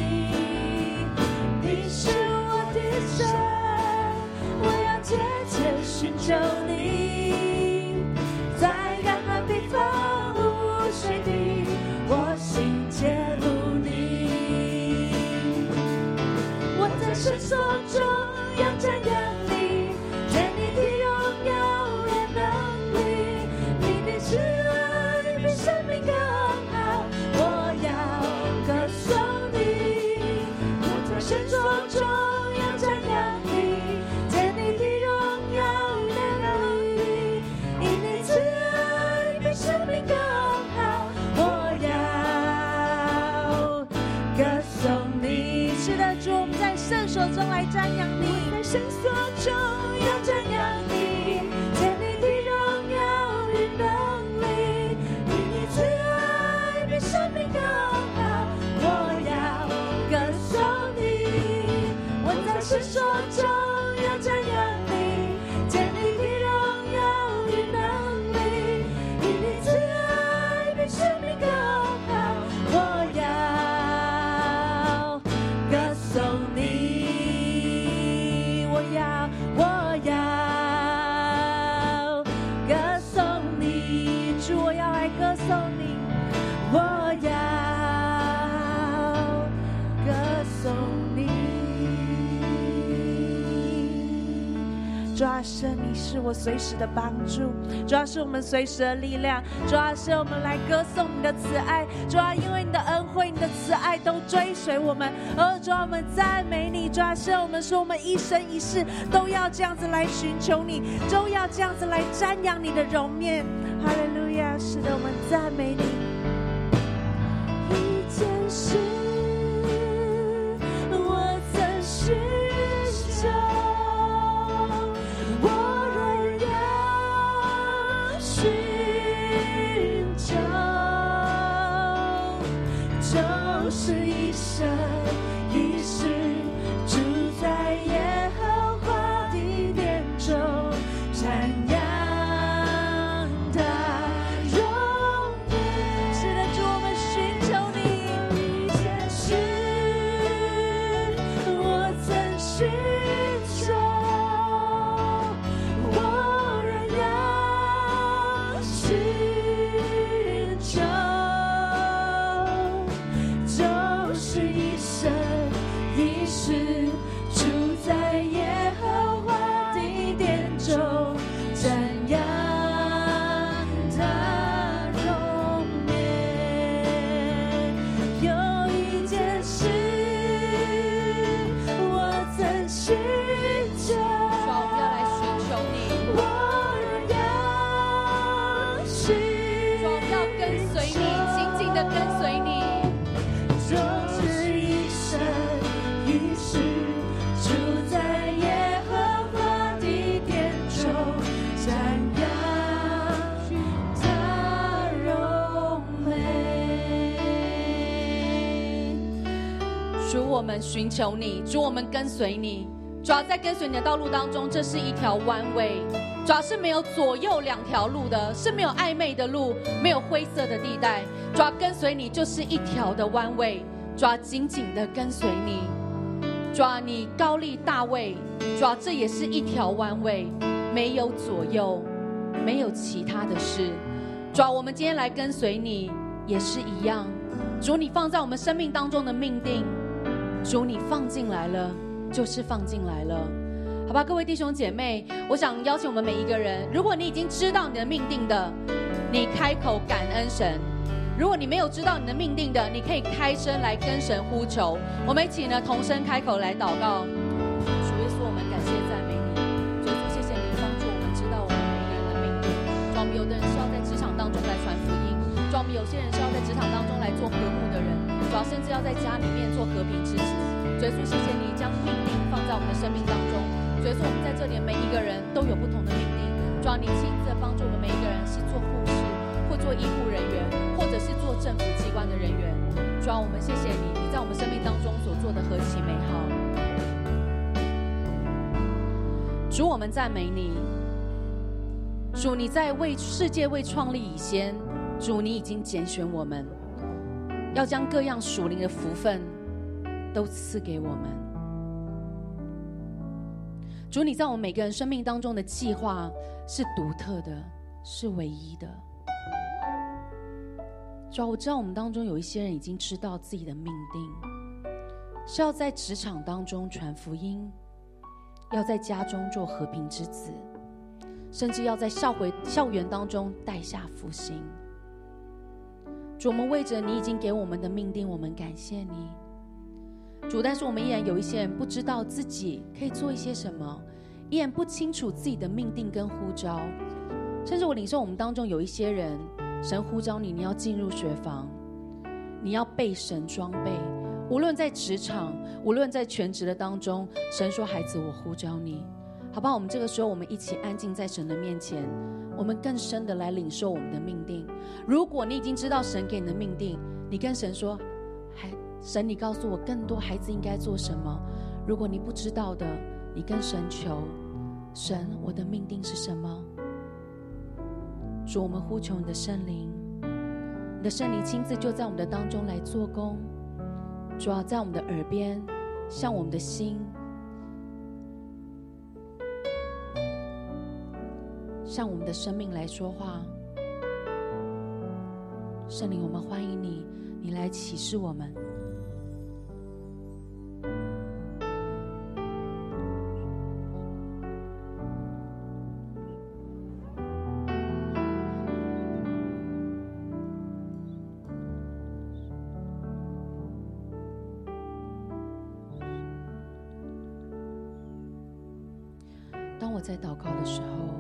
Speaker 3: 你是我的神，我要切切寻求你，在干旱地方无水地，我心切如你。我在神手中要瞻仰你，见你的荣耀和能力，你的慈爱比生命更好，我要歌颂你。我在神手中要瞻仰你，见你的荣耀和能力，你的慈爱比生命更好，我要。歌颂你。是的，主，我们在圣所中来瞻仰你，在圣所中要瞻仰你，见你的荣耀与能力，因你慈爱比生命更好，我要歌颂你。我在圣所中要瞻仰你，见你的荣耀与能力，因你慈爱比生命更好，我要歌颂你，我要，我要歌颂你，主，我要来歌颂你，我要歌颂你。主啊，神，你是我随时的帮助，主要是我们随时的力量，主要是我们来歌颂你的慈爱，主要因为你的恩惠、你的慈爱都追随我们，而主要啊我们赞美你，主啊要是我们说我们一生一世都要这样子来寻求你，都要这样子来瞻仰你的容面，哈利路亚！是的，我们赞美你。一件事，我曾寻求，我仍要寻求，就是一生一世住在耶和华的殿中，瞻仰他容颜。是的，主，我们寻求你。一件事，我曾寻求，我仍要寻求，就是一生一世住在耶和华的殿中，瞻仰他容颜。有一件事，我曾寻求。
Speaker 5: 主啊，我们要来寻求你，
Speaker 3: 我
Speaker 5: 啊
Speaker 3: 仍要寻
Speaker 5: 主啊，我们要跟随你，紧紧的跟随你，
Speaker 3: 就是一生一世住在耶和华的殿中，瞻仰他容美。
Speaker 5: 主，我们寻求你，主，我们跟随你。主要在跟随你的道路当中，这是一条弯way，主要是没有左右两条路的，是没有暧昧的路，没有灰色的地带。主要跟随你就是一条的弯way，主要紧紧的跟随你。主啊，你高丽大卫，主啊，这也是一条弯位，没有左右，没有其他的事。主啊，我们今天来跟随你也是一样。主，你放在我们生命当中的命定，主你放进来了，就是放进来了。好吧，各位弟兄姐妹，我想邀请我们每一个人，如果你已经知道你的命定的，你开口感恩神；如果你没有知道你的命定的，你可以开声来跟神呼求。我们一起呢，同声开口来祷告。主耶稣，我们感谢赞美你。主耶稣，谢谢你帮助我们知道我们每一个人的命运。主啊，我们有的人是要在职场当中来传福音，主啊，我们有些人是要在职场当中来做和睦的人，主啊，甚至要在家里面做和平之子。主耶稣，谢谢你将命令放在我们的生命当中。主耶稣，我们在这里每一个人都有不同的命令。主啊，你亲自地帮助我们每一个人是做护士，或做医护人员，或者是做政府机关的人员。主啊，我们谢谢你，你在我们生命当中所做的何其美好。主，我们赞美你。主，你在为世界未创立以前，主你已经拣选我们，要将各样属灵的福分都赐给我们。主，你在我们每个人生命当中的计划是独特的，是唯一的。主啊，我知道我们当中有一些人已经知道自己的命定，是要在职场当中传福音，要在家中做和平之子，甚至要在校回校园当中带下复兴。主，我们为着你已经给我们的命定，我们感谢你，主。但是我们依然有一些人不知道自己可以做一些什么，依然不清楚自己的命定跟呼召，甚至我领受我们当中有一些人，神呼召你，你要进入学房，你要被神装备。无论在职场，无论在全职的当中，神说：“孩子，我呼召你，好不好？”我们这个时候，我们一起安静在神的面前，我们更深的来领受我们的命定。如果你已经知道神给你的命定，你跟神说：“孩，神，你告诉我更多孩子应该做什么。”如果你不知道的，你跟神求：“神，我的命定是什么？”主，我们呼求你的圣灵，你的圣灵亲自就在我们的当中来做工。主要在我们的耳边，向我们的心，向我们的生命来说话。圣灵，我们欢迎你，你来启示我们。当我在祷告的时候，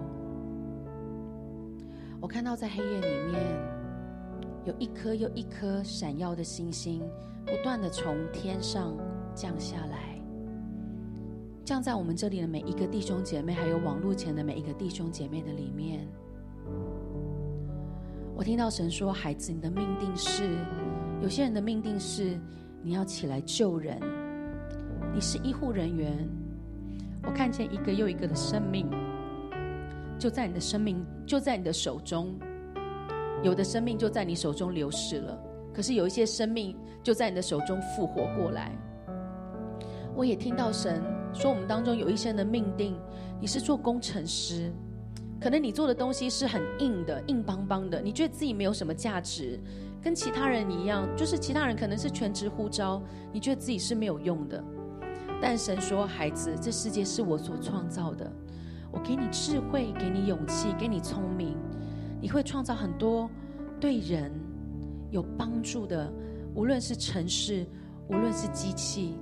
Speaker 5: 我看到在黑夜里面有一颗又一颗闪耀的星星，不断的从天上降下来，降在我们这里的每一个弟兄姐妹，还有网络前的每一个弟兄姐妹的里面。我听到神说：“孩子，你的命定是，有些人的命定是你要起来救人，你是医护人员，我看见一个又一个的生命，就在你的生命，就在你的手中。有的生命就在你手中流逝了，可是有一些生命就在你的手中复活过来。我也听到神说，我们当中有一些人的命定，你是做工程师，可能你做的东西是很硬的、硬邦邦的，你觉得自己没有什么价值，跟其他人一样，就是其他人可能是全职呼召，你觉得自己是没有用的。但神说：“孩子，这世界是我所创造的，我给你智慧，给你勇气，给你聪明，你会创造很多对人有帮助的，无论是城市，无论是机器，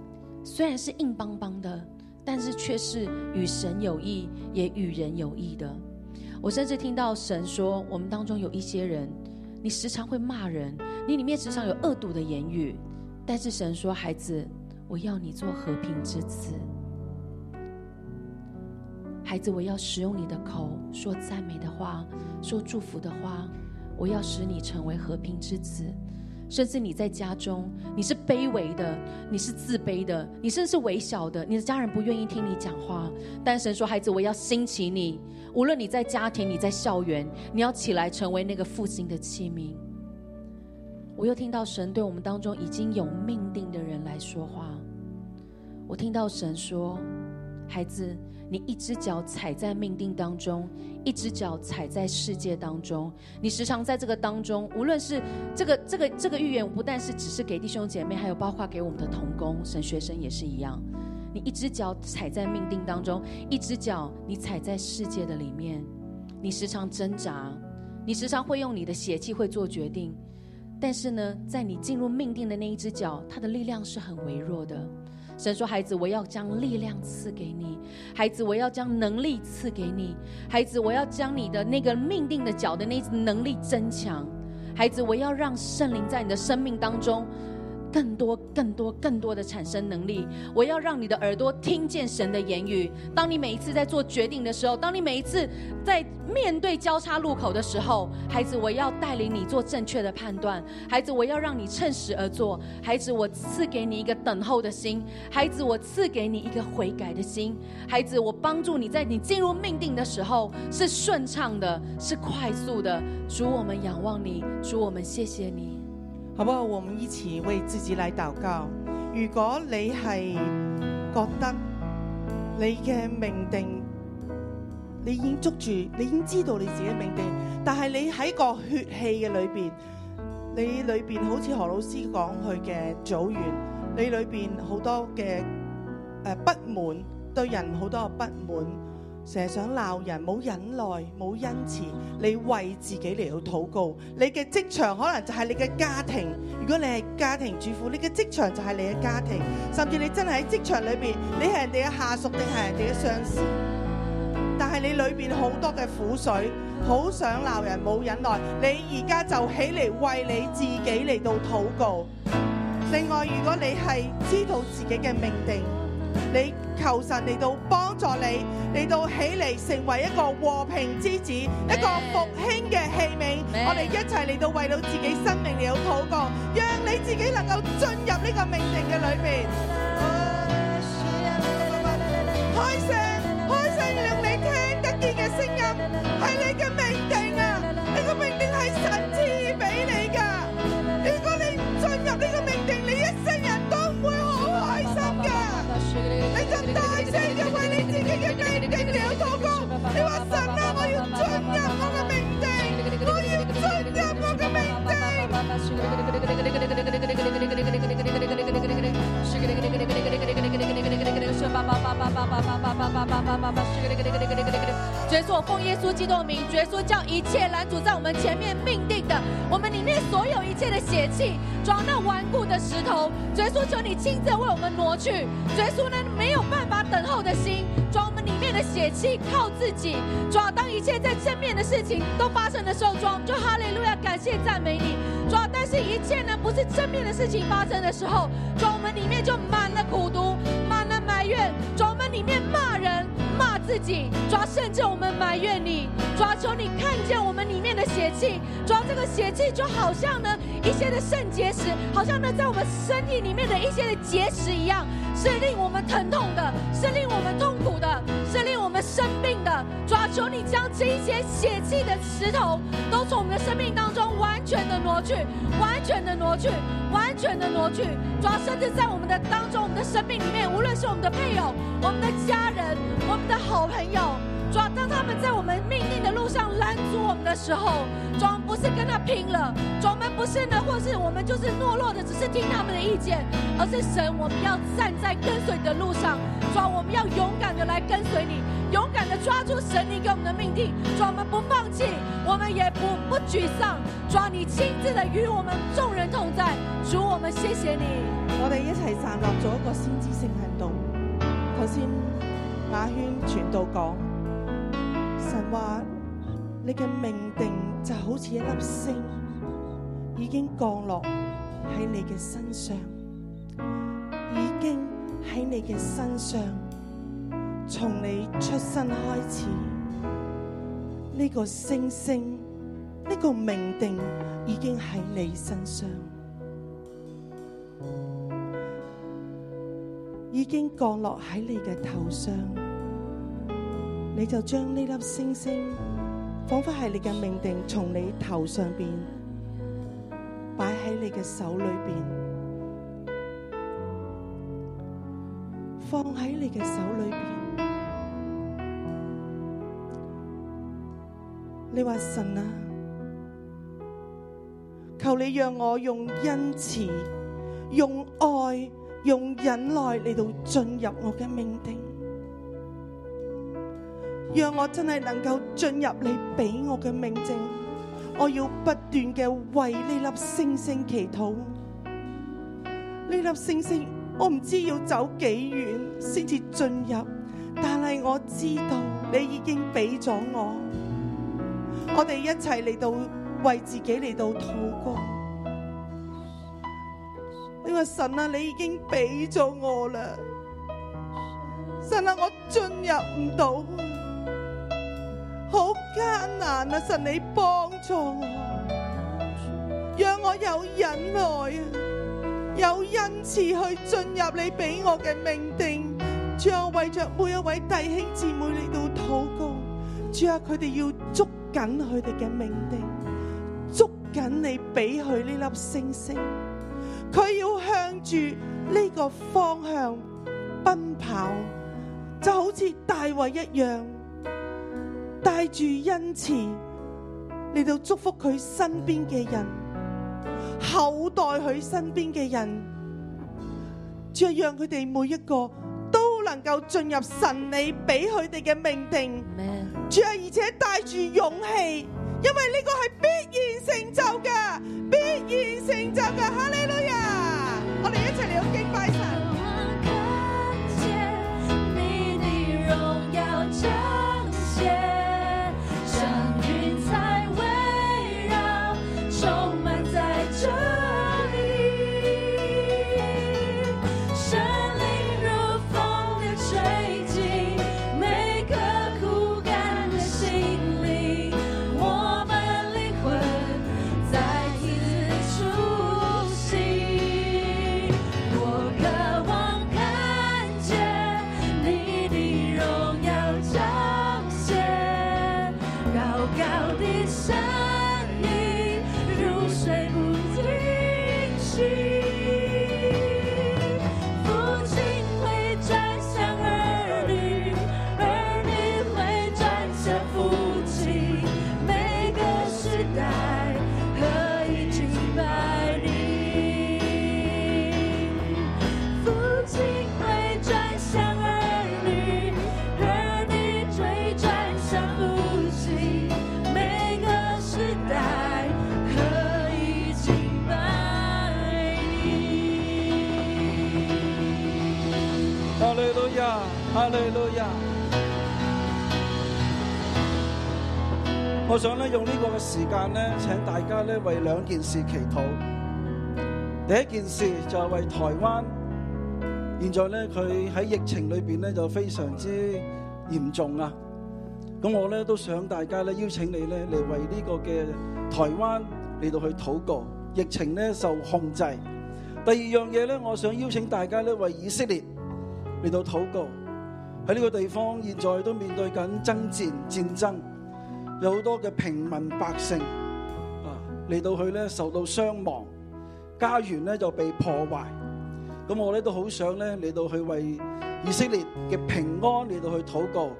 Speaker 5: 虽然是硬邦邦的，但是却是与神有益，也与人有益的。我甚至听到神说，我们当中有一些人，你时常会骂人，你里面时常有恶毒的言语，但是神说，孩子，我要你做和平之子。孩子，我要使用你的口说赞美的话，说祝福的话。我要使你成为和平之子。甚至你在家中，你是卑微的，你是自卑的，你甚至是微小的，你的家人不愿意听你讲话。但神说：“孩子，我要兴起你，无论你在家庭，你在校园，你要起来成为那个复兴的器皿。”我又听到神对我们当中已经有命定的人来说话。我听到神说：“孩子，你一只脚踩在命定当中，一只脚踩在世界当中。你时常在这个当中，无论是这个这个这个预言，不但是只是给弟兄姐妹，还有包括给我们的童工、神学生也是一样。你一只脚踩在命定当中，一只脚你踩在世界的里面。你时常挣扎，你时常会用你的血气会做决定。”但是呢，在你进入命定的那一只脚，它的力量是很微弱的。神说：“孩子，我要将力量赐给你；孩子，我要将能力赐给你；孩子，我要将你的那个命定的脚的那能力增强；孩子，我要让圣灵在你的生命当中更多、更多、更多的产生能力。我要让你的耳朵听见神的言语。当你每一次在做决定的时候，当你每一次在面对交叉路口的时候，孩子，我要带领你做正确的判断。孩子，我要让你趁时而做。孩子，我赐给你一个等候的心。孩子，我赐给你一个悔改的心。孩子，我帮助你在你进入命定的时候是顺畅的，是快速的。主，我们仰望你，主，我们谢谢你。
Speaker 6: 好不好？我们一起为自己嚟祷告。如果你係覺得你嘅命定，你已經捉住，你已經知道你自己嘅命定，但係你喺個血氣嘅裏邊，你裏邊好似何老師講佢嘅組員，你裏邊好多嘅誒、呃不滿，對人好多嘅不滿，成日想鬧人，冇忍耐，冇恩慈。你為自己嚟到禱告，你嘅職場可能就係你嘅家庭。如果你係家庭主婦，你嘅職場就係你嘅家庭，甚至你真係喺職場裏邊，你係人哋嘅下屬定係人哋嘅上司，但係你裏邊好多嘅苦水，好想鬧人，冇忍耐。你而家就起嚟為你自己嚟到禱告。另外，如果你係知道自己嘅命定，你求神嚟到幫助你，嚟到起嚟成為一個和平之子，一個復興嘅器皿。
Speaker 5: Amen
Speaker 6: 我哋一齊嚟到為到自己生命嚟到禱告，讓你自己能夠進入呢個命定嘅裏邊。開聲，開聲，讓你聽得見嘅聲音係你嘅命定啊！你個命定係神賜俾你㗎。如果你唔進入呢個命定，你一生人都唔會好開心㗎。你就大聲嘅為你自己嘅命定嚟禱告，你話神啊，我要進入我嘅命定，我要進入我嘅命定。
Speaker 5: 主耶稣，我奉耶稣基督的名，主耶稣叫一切拦阻在我们前面命定的，我们里面所有一切的血气，装那顽固的石头，主耶稣求你亲自为我们挪去，主耶稣呢没有办法等候的心，装我们里面的血气靠自己，主啊，当一切在正面的事情都发生的时候，主啊，我们就哈利路亚，感谢赞美你，主啊，但是一切呢不是正面的事情发生的时候，主啊，我们里面就满了苦毒，满了埋怨，主啊，我们里面骂人。骂自己，主啊，甚至我们埋怨你，主啊，求你看见我们里面的邪气，主啊，这个邪气就好像呢一些的肾结石，好像呢在我们身体里面的一些的结石一样，是令我们疼痛的，是令我们痛苦的，是令我们生病的，主啊，求你将这一些邪气的石头都从我们的生命当中完全的挪去，完全的挪去，完全的挪去，主啊，甚至在我们的当中，我们的生命里面，无论是我们的配偶、我们的家人、我们的好朋友，主啊，当他们在我们命定的路上拦阻我们的时候，主啊，我们不是跟他拼了，主啊，我们不是呢，或是我们就是懦弱的，只是听他们的意见，而是神，我们要站在跟随你的路上，主啊，我们要勇敢的来跟随你。勇敢的抓住神你给我们的命定，主啊，我们不放弃，我们也不不沮丧，主啊，你亲自的与我们众人同在，主，我们谢谢你。
Speaker 6: 我哋一齊站立做一個先知性行動。頭先雅圈傳道講，神話你嘅命定就好似一粒星，已經降落喺你嘅身上，已經喺你嘅身上，從你出生開始，呢、個星星，呢、個命定已經喺你身上。已經降落喺你嘅頭上，你就將呢粒星星，仿佛係你嘅命定，從你頭上邊擺喺你嘅手裏邊，放喺你嘅手裏邊。你話神啊，求你讓我用恩慈，用愛。用忍耐嚟到進入我嘅命定，讓我真係能夠進入你俾我嘅命定。我要不斷嘅為呢粒星星祈禱，呢粒星星我唔知要走幾遠先至進入，但係我知道你已經俾咗我。我哋一齊嚟到為自己嚟到禱告。你话神啊，你已经俾咗我啦，神啊，我进入唔到啊，好艰难啊！神，你帮助我，让我有忍耐啊，有恩慈去进入你俾我嘅命定。主啊，我为着每一位弟兄姊妹嚟到祷告，主啊，佢哋要捉紧佢哋嘅命定，捉紧你俾佢呢粒星星。佢要向住呢個方向奔跑，就好似大衛一樣，帶住恩慈嚟到祝福佢身邊嘅人，厚待佢身邊嘅人，再讓佢哋每一個都能夠進入神你俾佢哋嘅命定。主啊，而且帶住勇氣，因為呢個係必然成就嘅，必然成就嘅，哈利路亞！我哋一齊嚟到敬拜神。
Speaker 5: 看见你的荣耀彰显，像云彩围绕，充满在这里。神灵如风的吹进每个枯干的心灵，我们灵魂再次苏醒。我渴望看见你的荣耀彰显，高高的山岭如水不停息。父亲会转向儿女，儿女会转向父亲，每个时代何以敬拜你？父亲会转向儿女，儿女会转向父亲，每个时代何以敬拜你？
Speaker 7: 哈利路亚，哈利路亚。我想咧用呢個嘅時間咧，請大家咧為兩件事祈禱。第一件事就係為台灣，現在咧佢喺疫情裏邊咧就非常之嚴重啊。咁我咧都想大家咧邀請你咧嚟為呢個嘅台灣嚟到去禱告，疫情咧受控制。第二樣嘢咧，我想邀請大家咧為以色列。嚟到禱告。喺呢個地方，現在都面對緊爭戰、戰爭，有好多嘅平民百姓啊嚟到去咧受到傷亡，家園咧就被破壞。咁我咧都好想咧嚟到去為以色列嘅平安嚟到去禱告，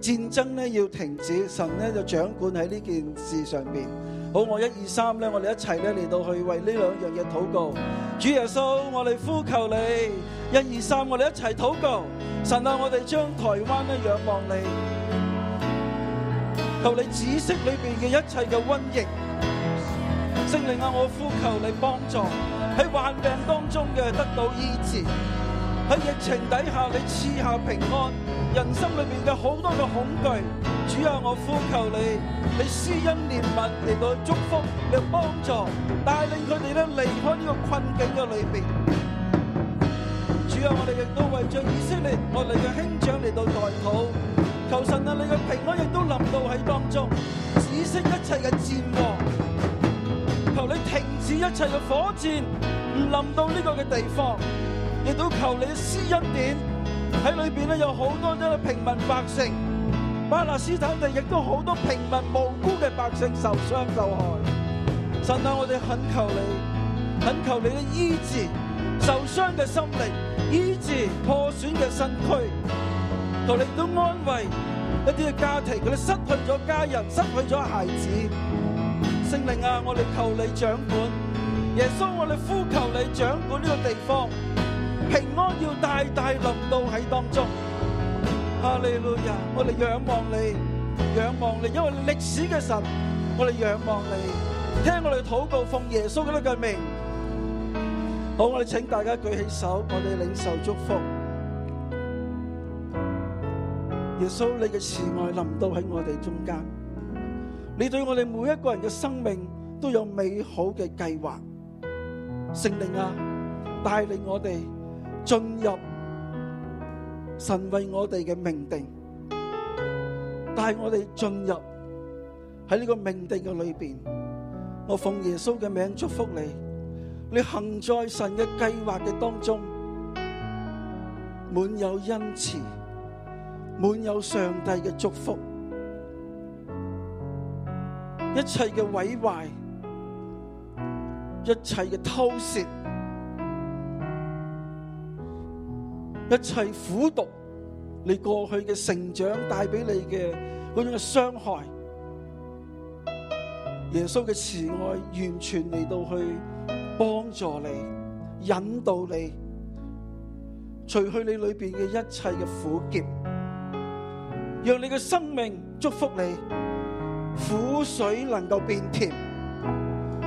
Speaker 7: 戰爭咧要停止，神咧就掌管喺呢件事上面。好，我一二三咧，我哋一齊咧嚟到去為呢兩樣嘢禱告。主耶穌，我哋呼求你，一二三，我哋一齊禱告。神啊，我哋將台灣咧仰望你，求你紫色裏邊嘅一切嘅瘟疫。聖靈啊，我呼求你幫助喺患病當中嘅得到醫治，喺疫情底下你賜下平安，人生裏面嘅好多嘅恐懼，主啊，我呼求你，你施恩憐憫嚟到祝福，你幫助帶領佢哋咧離開呢個困境嘅裏面。主啊，我哋亦都為着以色列我哋嘅兄長嚟到代禱，求神啊，你嘅平安亦都臨到喺當中，止息一切嘅戰禍。求你停止一切嘅火箭，唔淋到呢個嘅地方，亦都求你施恩典喺裏邊咧，有好多嘅平民百姓，巴勒斯坦地亦都好多平民無辜嘅百姓受傷受害。神啊，我哋懇求你，懇求你咧醫治受傷嘅心靈，醫治破損嘅身軀，求你都安慰一啲嘅家庭，佢哋失去咗家人，失去咗孩子。圣灵啊，我哋求你掌管，耶稣，我哋呼求你掌管呢个地方，平安要大大临到喺当中。哈利路亚，我哋仰望你，仰望你，因为你历史嘅神，我哋仰望你，听我哋祷告，奉耶稣嘅名。好，我哋请大家举起手，我哋领受祝福。耶稣，你嘅慈爱临到喺我哋中间。你对我哋每一个人嘅生命都有美好嘅计划。圣灵啊，带领我哋进入神为我哋嘅命定，带我哋进入喺呢个命定嘅里边。我奉耶稣嘅名祝福你，你行在神嘅计划嘅当中，满有恩慈，满有上帝嘅祝福，一切嘅毁坏，一切嘅偷窃，一切苦毒，你过去嘅成长带俾你嘅嗰种嘅伤害。耶穌嘅慈愛完全嚟到去幫助你、引導你，除去你裏边嘅一切嘅苦澀，讓你嘅生命祝福你，苦水能夠變甜，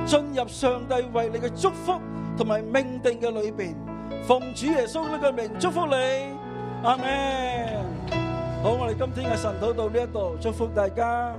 Speaker 7: 進入上帝為你嘅祝福同埋命定嘅裏边，奉主耶穌呢個名祝福你，阿門。好，我哋今天嘅神禱到呢一度，祝福大家。